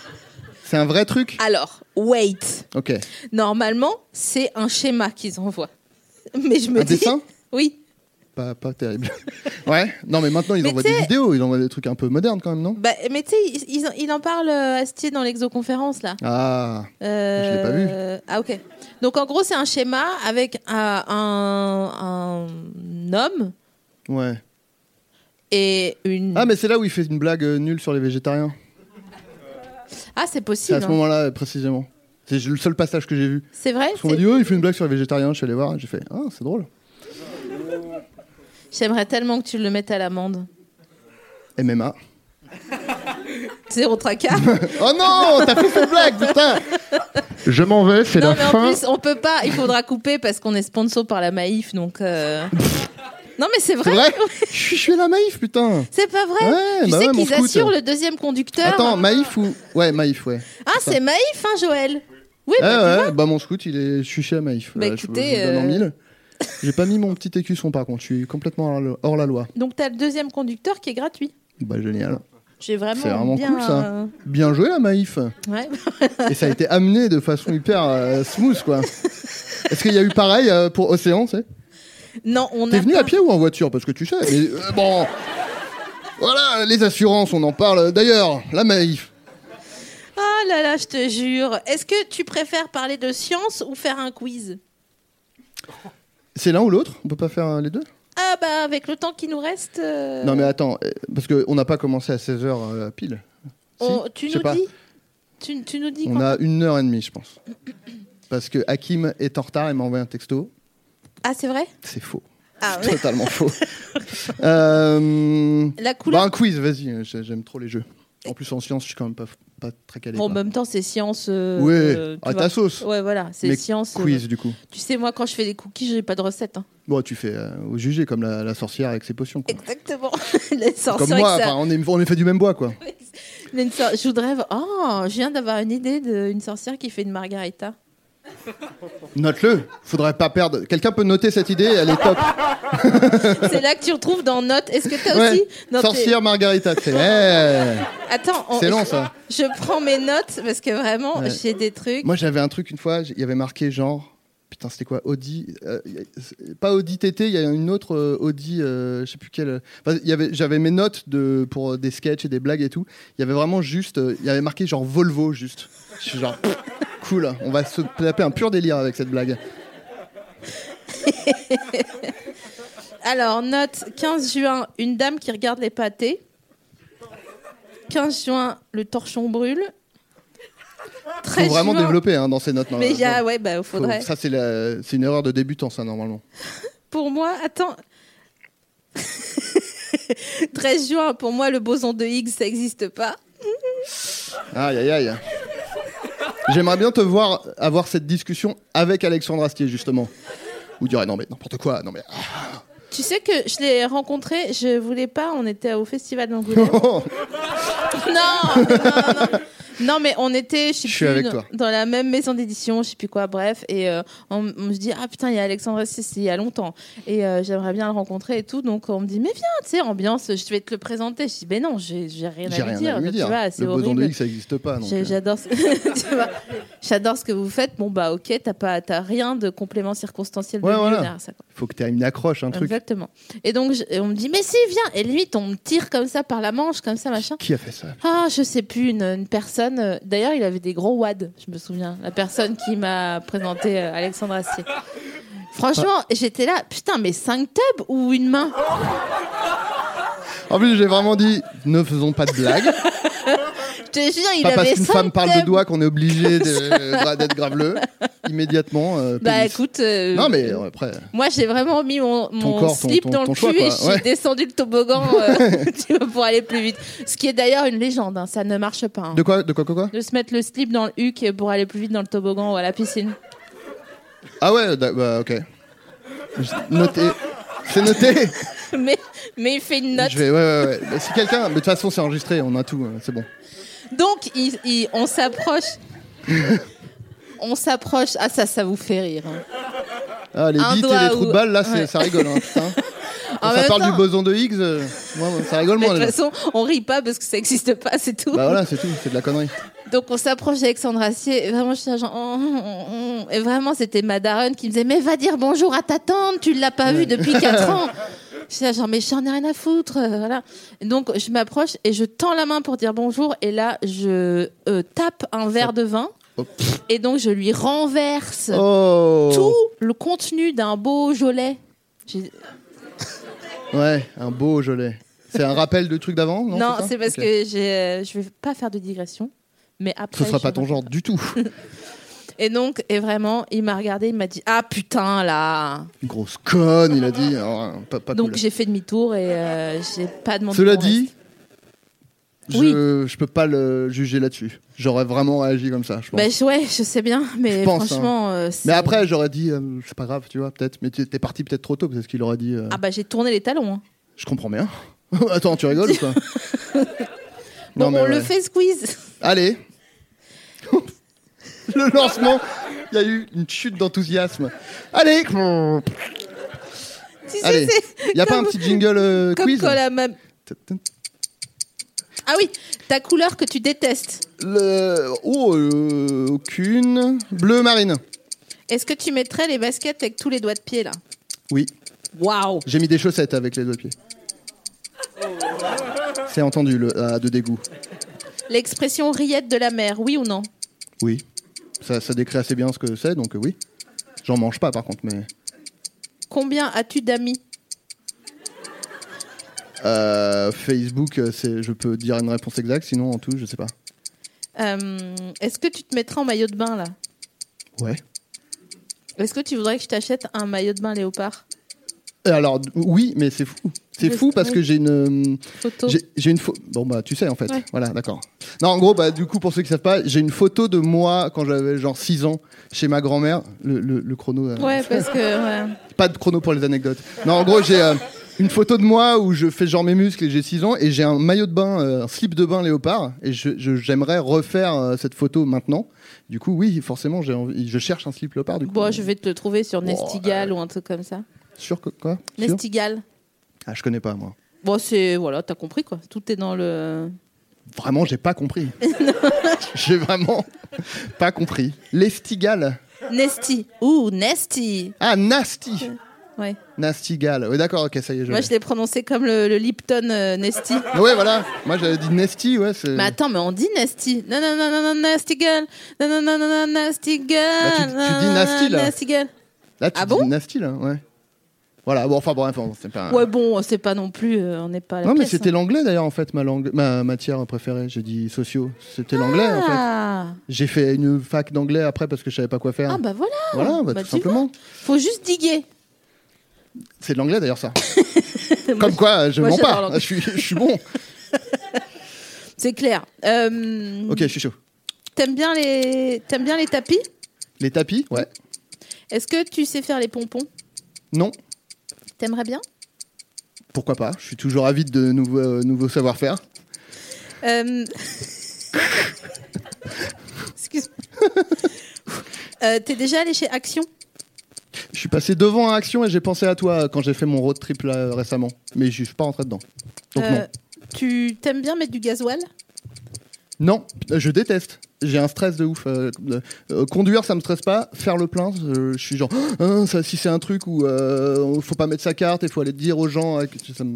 Speaker 2: C'est un vrai truc
Speaker 1: Alors, wait.
Speaker 2: Ok.
Speaker 1: Normalement, c'est un schéma qu'ils envoient. Mais je me
Speaker 2: Un
Speaker 1: dis.
Speaker 2: dessin
Speaker 1: Oui.
Speaker 2: pas, pas terrible. [LAUGHS] Ouais. Non, mais maintenant, ils
Speaker 1: Mais
Speaker 2: envoient
Speaker 1: tu
Speaker 2: des
Speaker 1: sais-
Speaker 2: vidéos, ils envoient des trucs un peu modernes quand même, non
Speaker 1: Bah, mais tu sais, il, il en- il en parle euh, Astier dans l'exoconférence là.
Speaker 2: Ah.
Speaker 1: Euh,
Speaker 2: Je l'ai pas vu.
Speaker 1: Ah ok. Donc en gros, c'est un schéma avec un, un, un homme
Speaker 2: Ouais.
Speaker 1: et une.
Speaker 2: Ah, mais c'est là où il fait une blague euh, nulle sur les végétariens.
Speaker 1: Ah, c'est
Speaker 2: C'est à
Speaker 1: possible.
Speaker 2: ce
Speaker 1: hein.
Speaker 2: moment-là, euh, précisément. C'est le seul passage que j'ai vu.
Speaker 1: C'est vrai.
Speaker 2: Parce qu'on m'a
Speaker 1: c'est-
Speaker 2: dit, oh, il fait une blague sur les végétariens. Je suis allé voir. J'ai fait, ah, c'est drôle.
Speaker 1: J'aimerais tellement que tu le mettes à l'amende.
Speaker 2: MMA. [LAUGHS]
Speaker 1: Zéro tracas.
Speaker 2: Oh non, t'as fait cette blague, putain Je m'en vais, c'est
Speaker 1: Non,
Speaker 2: la
Speaker 1: mais en
Speaker 2: fin.
Speaker 1: plus, on peut pas. Il faudra couper parce qu'on est sponsor par la Maïf, donc. euh,
Speaker 2: [LAUGHS]
Speaker 1: non, mais c'est
Speaker 2: C'est
Speaker 1: vrai.
Speaker 2: vrai Je suis- je suis la maïf, putain.
Speaker 1: C'est pas vrai.
Speaker 2: Ouais,
Speaker 1: tu
Speaker 2: bah
Speaker 1: sais
Speaker 2: ouais, mon
Speaker 1: qu'ils
Speaker 2: scout.
Speaker 1: assurent le deuxième conducteur.
Speaker 2: Attends, maïf ou. Ouais, maïf, ouais.
Speaker 1: ah, c'est Maïf, hein, Joël. Oui,
Speaker 2: Ouais,
Speaker 1: bah, tu
Speaker 2: ouais,
Speaker 1: vois.
Speaker 2: bah mon scout, il est... je suis chez la maïf.
Speaker 1: Bah,
Speaker 2: Euh, je-
Speaker 1: écoutez,
Speaker 2: je vous donne en
Speaker 1: euh,
Speaker 2: mille. J'ai pas mis mon petit écusson par contre, je suis complètement hors la- hors la loi.
Speaker 1: donc t'as le deuxième conducteur qui est gratuit.
Speaker 2: Bah génial.
Speaker 1: J'ai vraiment,
Speaker 2: C'est vraiment
Speaker 1: bien.
Speaker 2: cool, ça.
Speaker 1: euh,
Speaker 2: Bien joué la maïf
Speaker 1: ouais. [LAUGHS]
Speaker 2: Et ça a été amené de façon hyper euh, smooth, quoi. Est-ce qu'il y a eu pareil euh, pour Océan, tu sais
Speaker 1: Non, on
Speaker 2: T'es
Speaker 1: a
Speaker 2: venu
Speaker 1: pas-
Speaker 2: à pied ou en voiture Parce que tu sais, mais, euh, bon... Voilà, les assurances, on en parle. D'ailleurs, la Maïf.
Speaker 1: Ah là là, je te jure. Est-ce que tu préfères parler de science ou faire un quiz
Speaker 2: C'est l'un ou l'autre On peut pas faire euh, les deux
Speaker 1: Euh, Ah bah avec le temps qui nous reste. euh,
Speaker 2: Non mais attends, euh, parce qu'on n'a pas commencé à 16h pile.
Speaker 1: on-
Speaker 2: Si
Speaker 1: tu
Speaker 2: Je sais
Speaker 1: nous
Speaker 2: pas.
Speaker 1: dis. Tu, tu nous dis.
Speaker 2: On
Speaker 1: quand-
Speaker 2: a une heure et demie, je pense. Parce que Hakim est en retard, il m'a envoyé un texto.
Speaker 1: Ah c'est vrai.
Speaker 2: C'est faux. [LAUGHS]
Speaker 1: Ah, ouais.
Speaker 2: Totalement
Speaker 1: [LAUGHS]
Speaker 2: faux. Euh,
Speaker 1: La
Speaker 2: bah,
Speaker 1: couleur.
Speaker 2: un quiz, vas-y, euh, j'ai- j'aime trop les jeux. En plus, en science, je suis quand même pas, pas très calé.
Speaker 1: Bon, en
Speaker 2: quoi.
Speaker 1: même temps c'est science. euh,
Speaker 2: oui,
Speaker 1: euh, tu
Speaker 2: à
Speaker 1: vois.
Speaker 2: ta Ah, sauce.
Speaker 1: Ouais voilà c'est
Speaker 2: Mais
Speaker 1: science. euh,
Speaker 2: Quiz, du coup.
Speaker 1: Tu sais moi quand je fais des cookies j'ai pas de recette. hein.
Speaker 2: Bon, tu fais euh, au jugé comme la, la sorcière avec ses potions. quoi.
Speaker 1: Exactement. [LAUGHS] Les
Speaker 2: Comme
Speaker 1: sorcières
Speaker 2: moi,
Speaker 1: avec ça.
Speaker 2: enfin, on, est, on est fait du même bois, quoi.
Speaker 1: Une sor- Je voudrais. avoir- Oh, je viens d'avoir une idée d'une sorcière qui fait une margarita. [LAUGHS]
Speaker 2: Note-le, faudrait pas perdre. Quelqu'un peut noter cette idée, elle est
Speaker 1: [LAUGHS]
Speaker 2: top.
Speaker 1: C'est là que tu retrouves dans Note. Est-ce que t'as
Speaker 2: Ouais.
Speaker 1: aussi dans tes-
Speaker 2: Sorcière Margarita, tu sais. Eh,
Speaker 1: Attends, on-
Speaker 2: excellent ça.
Speaker 1: je prends mes notes parce que vraiment,
Speaker 2: Ouais.
Speaker 1: j'ai des trucs.
Speaker 2: Moi, j'avais un truc une fois, j- il y avait marqué genre. Putain, c'était quoi Audi euh, y a- c'est- Pas Audi TT, il y a une autre euh, Audi, euh, je sais plus quelle. Enfin, il y avait- J'avais mes notes de, pour euh, des sketchs et des blagues et tout. Il y avait vraiment juste. euh, Il y avait marqué genre Volvo, juste. Je suis genre, [LAUGHS] pff, cool, on va se taper un pur délire avec cette blague.
Speaker 1: Alors, note 15 juin, une dame qui regarde les pâtés. 15 juin, le torchon brûle.
Speaker 2: Faut
Speaker 1: 13
Speaker 2: vraiment
Speaker 1: juin-
Speaker 2: développer hein, dans ces notes. non,
Speaker 1: Ah, Mais il y a,
Speaker 2: faut-
Speaker 1: ouais, bah,
Speaker 2: faut-
Speaker 1: faudrait.
Speaker 2: Ça, c'est la- c'est une erreur de débutant, ça, normalement.
Speaker 1: Pour moi, attends. [LAUGHS] 13 juin, pour moi, le boson de Higgs, ça n'existe pas.
Speaker 2: Aïe, aïe, aïe. J'aimerais bien te voir avoir cette discussion avec Alexandre Astier, justement. Ou dire, ah, non, mais n'importe quoi, non, mais. ah,
Speaker 1: Tu sais que je l'ai rencontré, je voulais pas, on était au
Speaker 2: [LAUGHS]
Speaker 1: festival d'Angoulême. non,
Speaker 2: Oh,
Speaker 1: non, non, non. Non, mais on était, je sais
Speaker 2: Je suis
Speaker 1: plus,
Speaker 2: avec
Speaker 1: dans-
Speaker 2: toi.
Speaker 1: dans la même maison d'édition, je sais plus quoi, bref. Et euh, on, on se dit, ah putain, il y a Alexandre Astier, c'est il y a longtemps. Et euh, j'aimerais bien le rencontrer et tout. Donc on me dit, mais viens, tu sais, ambiance, je vais te le présenter. Je dis, mais non, j'ai j'ai rien,
Speaker 2: j'ai
Speaker 1: à lui
Speaker 2: rien
Speaker 1: dire.
Speaker 2: à lui dire.
Speaker 1: Tu vois, c'est
Speaker 2: Le boson
Speaker 1: horrible.
Speaker 2: de X, ça n'existe pas. donc,
Speaker 1: J'ai-
Speaker 2: euh,
Speaker 1: J'adore ce... [LAUGHS] tu vois, j'adore ce que vous faites. Bon, bah, ok, t'as pas- t'as rien de complément circonstanciel de
Speaker 2: Ouais, voilà.
Speaker 1: millionnaire, ça, quoi.
Speaker 2: Faut que tu aies une accroche, un truc.
Speaker 1: Exactement. Et donc, je- et on me dit, mais si, viens. Et limite, on me tire comme ça par la manche, comme ça, machin.
Speaker 2: Qui a fait ça
Speaker 1: Ah, je sais plus, une, une personne. euh, D'ailleurs, il avait des gros wads, je me souviens. La personne qui m'a présenté euh, Alexandre Astier. Franchement, j'étais là, putain, mais 5 tubs ou une main
Speaker 2: En plus, j'ai vraiment dit, ne faisons pas de blagues.
Speaker 1: Je te jure, [LAUGHS] il
Speaker 2: pas parce
Speaker 1: avait
Speaker 2: qu'une
Speaker 1: 5
Speaker 2: femme parle de
Speaker 1: tubs.
Speaker 2: doigts qu'on est obligé de- euh, d'être graveleux. Immédiatement. euh,
Speaker 1: Bah
Speaker 2: pénis.
Speaker 1: écoute, euh,
Speaker 2: Non, mais euh, après.
Speaker 1: Moi, j'ai vraiment mis mon, mon
Speaker 2: corps, ton-
Speaker 1: slip
Speaker 2: ton-
Speaker 1: dans
Speaker 2: ton
Speaker 1: le
Speaker 2: choix,
Speaker 1: cul et
Speaker 2: quoi.
Speaker 1: j'ai
Speaker 2: Ouais.
Speaker 1: descendu le toboggan
Speaker 2: [LAUGHS]
Speaker 1: euh, [LAUGHS] tu vois, pour aller plus vite. Ce qui est d'ailleurs une légende, hein, ça ne marche pas. hein.
Speaker 2: De quoi De quoi, quoi, quoi
Speaker 1: De se mettre le slip dans le huc et pour aller plus vite dans le toboggan ou à la piscine. [LAUGHS]
Speaker 2: Ah ouais, d'a- bah, ok. Je- Noté. C'est noté.
Speaker 1: Mais, mais il fait une note.
Speaker 2: Je vais, ouais, ouais, ouais. Bah, Si quelqu'un, mais de toute façon, c'est enregistré, on a tout, euh, c'est bon.
Speaker 1: Donc, il- il-
Speaker 2: [LAUGHS]
Speaker 1: on s'approche. On s'approche. Ah, ça, ça vous fait rire. hein.
Speaker 2: Ah, les
Speaker 1: Un
Speaker 2: bits et
Speaker 1: doigt
Speaker 2: les trous
Speaker 1: ou-
Speaker 2: de balle, là, c'est-
Speaker 1: ouais.
Speaker 2: ça rigole, hein,
Speaker 1: [LAUGHS]
Speaker 2: putain. Quand
Speaker 1: En
Speaker 2: ça
Speaker 1: même
Speaker 2: parle
Speaker 1: temps-
Speaker 2: du boson de Higgs, euh, moi, moi, ça rigole
Speaker 1: Mais
Speaker 2: moins,
Speaker 1: de
Speaker 2: les
Speaker 1: toute
Speaker 2: gens.
Speaker 1: façon, on rit pas parce que ça n'existe pas, c'est tout.
Speaker 2: Bah voilà, c'est tout, c'est de la connerie.
Speaker 1: Donc on s'approche d'Alexandre Assier et vraiment je suis genre Oh, oh, oh. et vraiment c'était ma daronne qui me disait mais va dire bonjour à ta tante tu l'as pas vue depuis
Speaker 2: [LAUGHS]
Speaker 1: 4 ans je suis là, genre mais j'en ai rien à foutre euh, voilà donc je m'approche et je tends la main pour dire bonjour et là je euh, tape un verre de vin
Speaker 2: Oh, pff.
Speaker 1: et donc je lui renverse
Speaker 2: Oh.
Speaker 1: tout le contenu d'un beau jolet J'ai-
Speaker 2: Ouais, un beau gelé. C'est un rappel de truc d'avant Non,
Speaker 1: non
Speaker 2: ça
Speaker 1: c'est parce
Speaker 2: Ok.
Speaker 1: que j'ai euh, je vais pas faire de digression mais après
Speaker 2: Ce sera
Speaker 1: je
Speaker 2: pas ton
Speaker 1: raconte.
Speaker 2: genre du tout.
Speaker 1: Et donc, et vraiment, il m'a regardé, il m'a dit Ah putain, là
Speaker 2: Grosse conne, il a dit. Alors, pas, pas
Speaker 1: Donc
Speaker 2: cool.
Speaker 1: j'ai fait demi-tour et euh, j'ai pas demandé.
Speaker 2: Cela
Speaker 1: qu'on
Speaker 2: dit,
Speaker 1: reste.
Speaker 2: je, je peux pas le juger là-dessus. J'aurais vraiment réagi comme ça, je pense.
Speaker 1: Bah, je- ouais, je sais bien, mais
Speaker 2: Je pense, hein.
Speaker 1: franchement. euh, c'est-
Speaker 2: mais après, j'aurais dit, euh, c'est pas grave, tu vois, peut-être. Mais tu- t'es parti peut-être trop tôt, parce qu'il aurait dit, euh,
Speaker 1: Ah bah j'ai tourné les talons. hein.
Speaker 2: je comprends bien. [LAUGHS] Attends, tu rigoles ou quoi Non,
Speaker 1: Bon,
Speaker 2: mais
Speaker 1: on
Speaker 2: ouais.
Speaker 1: le fait squeeze. [LAUGHS]
Speaker 2: Allez [LAUGHS] Le lancement Il y a eu une chute d'enthousiasme. Allez Il
Speaker 1: tu
Speaker 2: Allez.
Speaker 1: sais, c'est.
Speaker 2: n'y a pas un
Speaker 1: comme-
Speaker 2: petit jingle euh,
Speaker 1: comme
Speaker 2: quiz
Speaker 1: quand la ma- Ah oui, ta couleur que tu détestes.
Speaker 2: Le- Oh, euh, aucune. Bleu marine.
Speaker 1: Est-ce que tu mettrais les baskets avec tous les doigts de pied là
Speaker 2: Oui,
Speaker 1: Waouh
Speaker 2: j'ai mis des chaussettes avec les deux pieds. C'est entendu, le A de dégoût.
Speaker 1: L'expression rillette de la mer, oui ou non
Speaker 2: Oui. Ça, ça décrit assez bien ce que c'est, donc euh, oui. J'en mange pas par contre, mais
Speaker 1: Combien as-tu d'amis
Speaker 2: Euh, Facebook, euh, c'est, je peux dire une réponse exacte, sinon en tout, je sais pas.
Speaker 1: Euh, Est-ce que tu te mettras en maillot de bain là
Speaker 2: Ouais.
Speaker 1: Est-ce que tu voudrais que je t'achète un maillot de bain léopard
Speaker 2: Et Euh, alors, d- oui, mais c'est fou. C'est
Speaker 1: Mais-
Speaker 2: fou parce que j'ai une, euh,
Speaker 1: Photo.
Speaker 2: j'ai, j'ai une photo. Bon bah, tu sais en fait.
Speaker 1: Ouais.
Speaker 2: Voilà, d'accord. Non, en gros, bah du coup, pour ceux qui savent pas, j'ai une photo de moi quand j'avais genre 6 ans chez ma grand-mère. Le, le- le chrono. euh, [LAUGHS]
Speaker 1: Ouais, parce que. ouais.
Speaker 2: Pas de chrono pour les anecdotes. Non, en gros, j'ai euh, une photo de moi où je fais genre mes muscles et j'ai 6 ans et j'ai un maillot de bain, euh, un slip de bain léopard et je- je- j'aimerais refaire euh, cette photo maintenant. Du coup, oui, forcément, j'ai envie- je cherche un slip léopard. Du coup,
Speaker 1: Bon, je vais te le trouver sur Nestigal ou un truc comme ça.
Speaker 2: Sûr que quoi euh, Sûr
Speaker 1: Nestigal.
Speaker 2: Ah, je connais pas moi.
Speaker 1: Bon, c'est. Voilà, t'as compris quoi. Tout est dans le.
Speaker 2: Vraiment, j'ai pas
Speaker 1: [LAUGHS]
Speaker 2: compris. j'ai vraiment pas compris. L'estigal.
Speaker 1: Nesti. Ouh, Nesti.
Speaker 2: Ah, nasty.
Speaker 1: Ouais.
Speaker 2: Nastigal. Oui, d'accord, ok, ça y est. Je... Ah
Speaker 1: Moi, je l'ai prononcé comme le, le Lipton
Speaker 2: [LAUGHS]
Speaker 1: euh, Nesti.
Speaker 2: Ouais, voilà. Moi, j'avais dit nasty, ouais. c'est-
Speaker 1: Mais attends, mais on dit Nasty. Non, non, non, non, non, Nasty Girl. Non, non, non, non, non, Nasty Girl.
Speaker 2: Bah, tu- tu
Speaker 1: Non,
Speaker 2: dis
Speaker 1: non,
Speaker 2: nasty,
Speaker 1: non,
Speaker 2: là.
Speaker 1: Nasty Girl.
Speaker 2: Là, tu
Speaker 1: Ah
Speaker 2: dis
Speaker 1: bon
Speaker 2: nasty, là, ouais. Voilà, bon, enfin, bref, on- c'est pas.
Speaker 1: Ouais, bon, c'est pas non plus. euh, on n'est pas à la
Speaker 2: Ah. non, mais
Speaker 1: pièce,
Speaker 2: c'était
Speaker 1: hein.
Speaker 2: l'anglais d'ailleurs, en fait, ma, langue, ma matière préférée. J'ai dit sociaux. C'était l'anglais, en fait.
Speaker 1: Ah,
Speaker 2: J'ai fait une fac d'anglais après parce que je savais pas quoi faire.
Speaker 1: ah bah voilà.
Speaker 2: voilà, bah,
Speaker 1: bah,
Speaker 2: tout
Speaker 1: tu vois.
Speaker 2: simplement.
Speaker 1: Faut juste diguer.
Speaker 2: C'est de l'anglais d'ailleurs, ça.
Speaker 1: [LAUGHS]
Speaker 2: Comme quoi, euh, je
Speaker 1: moi,
Speaker 2: mens
Speaker 1: j'adore
Speaker 2: pas.
Speaker 1: l'anglais.
Speaker 2: Je suis, je suis
Speaker 1: [LAUGHS]
Speaker 2: bon.
Speaker 1: C'est clair. Euh,
Speaker 2: Ok, je suis chaud.
Speaker 1: T'aimes bien les, t'aimes bien les tapis
Speaker 2: Les tapis, ouais.
Speaker 1: Est-ce que tu sais faire les pompons
Speaker 2: Non.
Speaker 1: T'aimerais bien
Speaker 2: Pourquoi pas Je suis toujours avide de nouveaux, euh, nouveaux savoir-faire.
Speaker 1: Euh, Excuse-moi. Euh, T'es déjà allé chez Action
Speaker 2: Je suis passé devant à Action et j'ai pensé à toi quand j'ai fait mon road trip là, récemment. Mais je suis pas rentré dedans. Donc
Speaker 1: Euh, Tu t'aimes bien mettre du gasoil
Speaker 2: non. Non, je déteste. J'ai un stress de ouf. euh, de- euh, conduire, ça me stresse pas. Faire le plein, euh, je suis genre, [GASPS] Ah, ça, si c'est un truc où euh, faut pas mettre sa carte et faut aller dire aux gens, euh, que- ça me-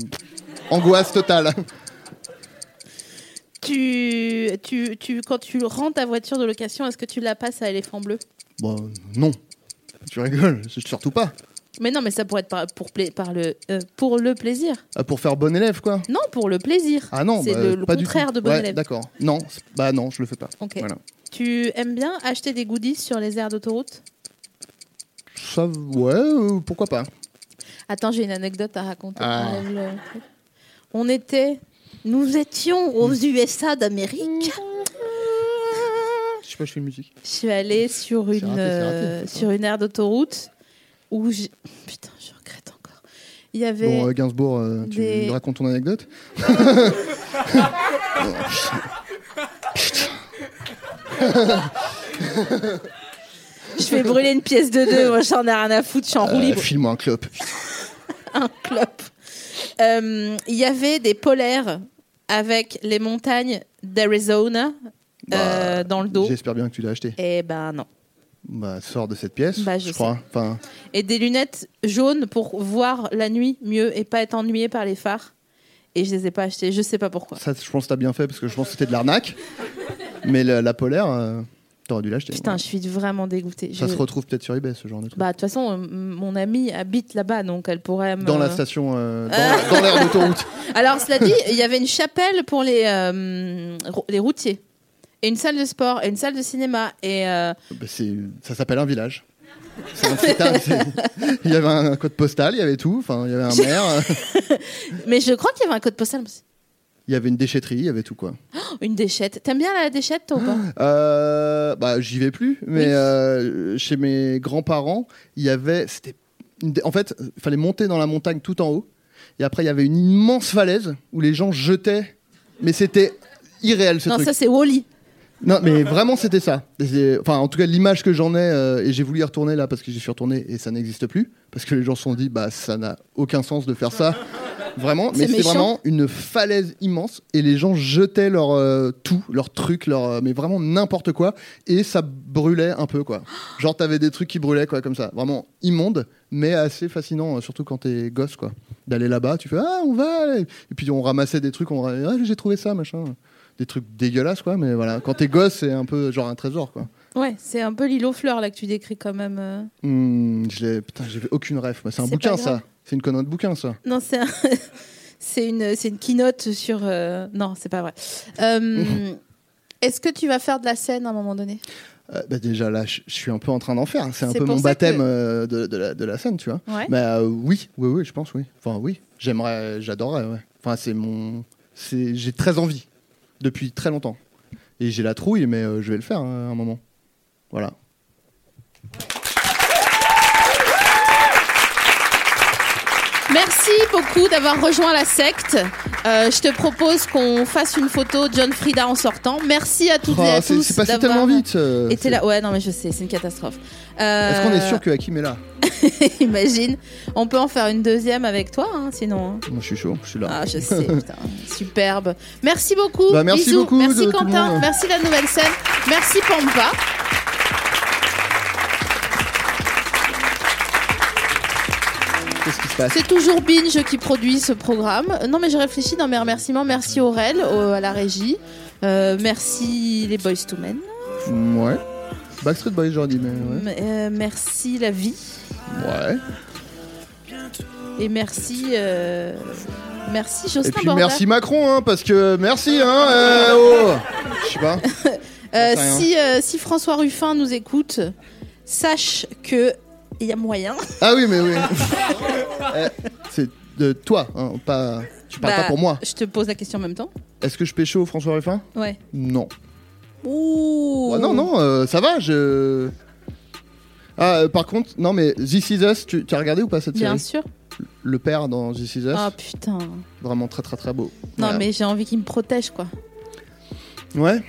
Speaker 2: angoisse totale. [LAUGHS]
Speaker 1: Tu, tu, tu, quand tu rends ta voiture de location, est-ce que tu la passes à éléphant bleu
Speaker 2: Bon, non. Tu rigoles, c'est surtout pas.
Speaker 1: Mais non, mais ça pourrait être par, pour, pla- par le, euh, pour le plaisir.
Speaker 2: Ah, Pour faire bon élève, quoi.
Speaker 1: Non, pour le plaisir.
Speaker 2: Ah non,
Speaker 1: c'est
Speaker 2: bah,
Speaker 1: le, le
Speaker 2: pas du
Speaker 1: contraire
Speaker 2: tout.
Speaker 1: de bon
Speaker 2: Ouais,
Speaker 1: élève.
Speaker 2: D'accord. Non, c'est- bah non, je le fais pas.
Speaker 1: Ok.
Speaker 2: Voilà.
Speaker 1: Tu aimes bien acheter des goodies sur les aires d'autoroute
Speaker 2: Ça, ouais, euh, pourquoi pas.
Speaker 1: Attends, j'ai une anecdote à raconter.
Speaker 2: Ah.
Speaker 1: Enlève le truc. On était, nous étions aux
Speaker 2: Hmm.
Speaker 1: USA d'Amérique.
Speaker 2: Je sais pas, je fais une musique.
Speaker 1: Je suis allée sur une,
Speaker 2: raté, c'est raté.
Speaker 1: euh, sur une aire d'autoroute où j'ai- Putain, je regrette encore. Il y avait.
Speaker 2: Bon, euh, Gainsbourg, euh, tu
Speaker 1: des-
Speaker 2: nous racontes ton anecdote
Speaker 1: Je vais brûler une pièce de deux, moi j'en ai rien à foutre, je suis en roue
Speaker 2: Euh,
Speaker 1: libre.
Speaker 2: File-moi un clope.
Speaker 1: Un clope. Euh, Il y avait des polaires avec les montagnes d'Arizona
Speaker 2: Bah,
Speaker 1: euh, dans le dos.
Speaker 2: J'espère bien que tu l'as acheté.
Speaker 1: Et ben non.
Speaker 2: Bah, sors de cette pièce,
Speaker 1: Bah, je
Speaker 2: je,
Speaker 1: sais.
Speaker 2: crois. Enfin,
Speaker 1: Et des lunettes jaunes pour voir la nuit mieux et pas être ennuyé par les phares. Et je les ai pas achetées, je sais pas pourquoi.
Speaker 2: ça, je pense que t'as bien fait parce que je pense que c'était de l'arnaque. [LAUGHS] Mais la, la polaire, euh, t'aurais dû l'acheter.
Speaker 1: Putain,
Speaker 2: Ouais.
Speaker 1: je suis vraiment dégoûtée.
Speaker 2: Ça
Speaker 1: Je-
Speaker 2: se retrouve peut-être sur eBay, ce genre de truc.
Speaker 1: Bah de toute façon, euh, m- mon amie habite là-bas, donc elle pourrait me...
Speaker 2: dans la station, euh, dans, dans l'aire d'autoroute.
Speaker 1: Alors, cela dit, il y avait une chapelle pour les, euh, rou- les routiers. Et une salle de sport, et une salle de cinéma. Et euh,
Speaker 2: Bah, c'est- ça s'appelle un village. C'est un petit tas, c'est- [LAUGHS] il y avait un code postal, il y avait tout. Enfin, il y avait
Speaker 1: [LAUGHS]
Speaker 2: un maire, euh,
Speaker 1: Mais je crois qu'il y avait un code postal. Oh,
Speaker 2: il y avait une déchetterie, il y avait tout quoi.
Speaker 1: Une déchette. T'aimes bien la déchette, toi ou pas
Speaker 2: Ah, Euh, bah, j'y vais plus, mais
Speaker 1: Oui.
Speaker 2: euh, chez mes grands-parents, il y avait, c'était, une dé- en fait, il fallait monter dans la montagne tout en haut, et après il y avait une immense falaise où les gens jetaient, mais c'était irréel ce
Speaker 1: Non,
Speaker 2: truc.
Speaker 1: ça c'est Wally.
Speaker 2: Non, mais vraiment, c'était ça. Et c'est- Enfin, en tout cas, l'image que j'en ai, euh, et j'ai voulu y retourner là parce que j'y suis retourné et ça n'existe plus. Parce que les gens se sont dit, bah, ça n'a aucun sens de faire ça. Vraiment,
Speaker 1: C'est
Speaker 2: mais c'est
Speaker 1: méchant.
Speaker 2: vraiment une falaise immense et les gens jetaient leur euh, tout, leur truc, leur, euh, mais vraiment n'importe quoi et ça brûlait un peu quoi. Genre t'avais des trucs qui brûlaient quoi comme ça, vraiment immonde mais assez fascinant euh, surtout quand t'es gosse quoi. D'aller là-bas, tu fais ah on va et puis on ramassait des trucs, on ra- ah, j'ai trouvé ça machin des trucs dégueulasses quoi mais voilà quand t'es gosse c'est un peu genre un trésor quoi
Speaker 1: Ouais, c'est un peu l'île aux fleurs là que tu décris quand même. euh.
Speaker 2: Hmm, je l'ai- putain j'ai aucune ref moi. c'est un
Speaker 1: C'est
Speaker 2: bouquin
Speaker 1: pas grave.
Speaker 2: ça c'est une connerie de bouquin ça
Speaker 1: Non, c'est un... [LAUGHS] C'est une, c'est une keynote sur. euh, Non, c'est pas vrai. Euh, Est-ce que tu vas faire de la scène à un moment donné
Speaker 2: Euh, bah, déjà là, je je suis un peu en train d'en faire. C'est un
Speaker 1: C'est
Speaker 2: peu
Speaker 1: pour
Speaker 2: mon
Speaker 1: ça que-
Speaker 2: baptême euh, de, de la, de la scène, tu vois.
Speaker 1: Ouais.
Speaker 2: Mais euh, oui, oui, oui, je pense, oui. Enfin, oui, j'aimerais, j'adorerais, ouais. Enfin, c'est mon. c'est- J'ai très envie, depuis très longtemps. Et j'ai la trouille, mais euh, je vais le faire hein, à un moment. Voilà.
Speaker 1: Merci beaucoup d'avoir rejoint la secte. Euh, je te propose qu'on fasse une photo de John Frida en sortant. Merci à toutes
Speaker 2: Oh,
Speaker 1: et à
Speaker 2: c'est
Speaker 1: tous.
Speaker 2: c'est passé
Speaker 1: d'avoir
Speaker 2: tellement vite. euh,
Speaker 1: été
Speaker 2: c'est-
Speaker 1: là. Ouais, non, mais je sais, c'est une catastrophe. Euh,
Speaker 2: Est-ce qu'on est sûr que Hakim est là
Speaker 1: [LAUGHS] Imagine. On peut en faire une deuxième avec toi, hein, sinon. hein.
Speaker 2: Moi, je suis chaud, je suis là.
Speaker 1: Ah, je sais, putain. Superbe. Merci beaucoup.
Speaker 2: Bah, merci
Speaker 1: Bisous.
Speaker 2: beaucoup
Speaker 1: Merci
Speaker 2: de tout le
Speaker 1: Quentin.
Speaker 2: monde.
Speaker 1: Merci la nouvelle scène. Merci Pampa.
Speaker 2: Qu'est-ce qui se passe
Speaker 1: C'est toujours Binge qui produit ce programme. Euh, Non, mais j'ai réfléchi dans mes remerciements. Merci Aurel, au- à la régie. Euh, merci les Boys to Men.
Speaker 2: Ouais. Backstreet Boys, j'aurais dit, mais ouais.
Speaker 1: M- euh, merci la vie.
Speaker 2: Ouais.
Speaker 1: Et merci. euh, merci Jocelyn
Speaker 2: Et puis
Speaker 1: Borda.
Speaker 2: merci Macron, hein, parce que merci, hein. euh, oh. Je sais pas.
Speaker 1: Euh,
Speaker 2: J'en sais rien.
Speaker 1: si, euh, si François Ruffin nous écoute, sache que. Il y a moyen.
Speaker 2: Ah oui,
Speaker 1: [LAUGHS]
Speaker 2: mais oui. Euh, C'est de toi, hein, pas. Tu parles
Speaker 1: Bah,
Speaker 2: pas pour moi.
Speaker 1: Je te pose la question en même temps.
Speaker 2: Est-ce que je pécho François Ruffin
Speaker 1: Ouais.
Speaker 2: Non.
Speaker 1: Ouh. Oh.
Speaker 2: Ah non, non, euh, ça va, je. Ah, euh, par contre, non, mais This Is Us, tu, tu as regardé ou pas cette
Speaker 1: Bien
Speaker 2: série
Speaker 1: sûr.
Speaker 2: Le père dans This Is Us,
Speaker 1: Ah putain.
Speaker 2: vraiment très très très beau.
Speaker 1: Non,
Speaker 2: Voilà.
Speaker 1: mais j'ai envie qu'il me protège, quoi.
Speaker 2: Ouais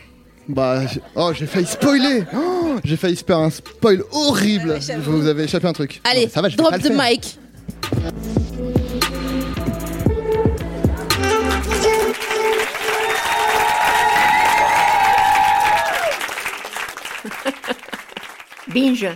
Speaker 2: Bah, j'ai- oh, j'ai failli spoiler Oh, J'ai failli se faire un spoil horrible Vous avez échappé un truc. Non,
Speaker 1: Ah Allez,
Speaker 2: mais ça va, je vais
Speaker 1: drop
Speaker 2: pas le
Speaker 1: the
Speaker 2: faire.
Speaker 1: mic.
Speaker 4: Binge.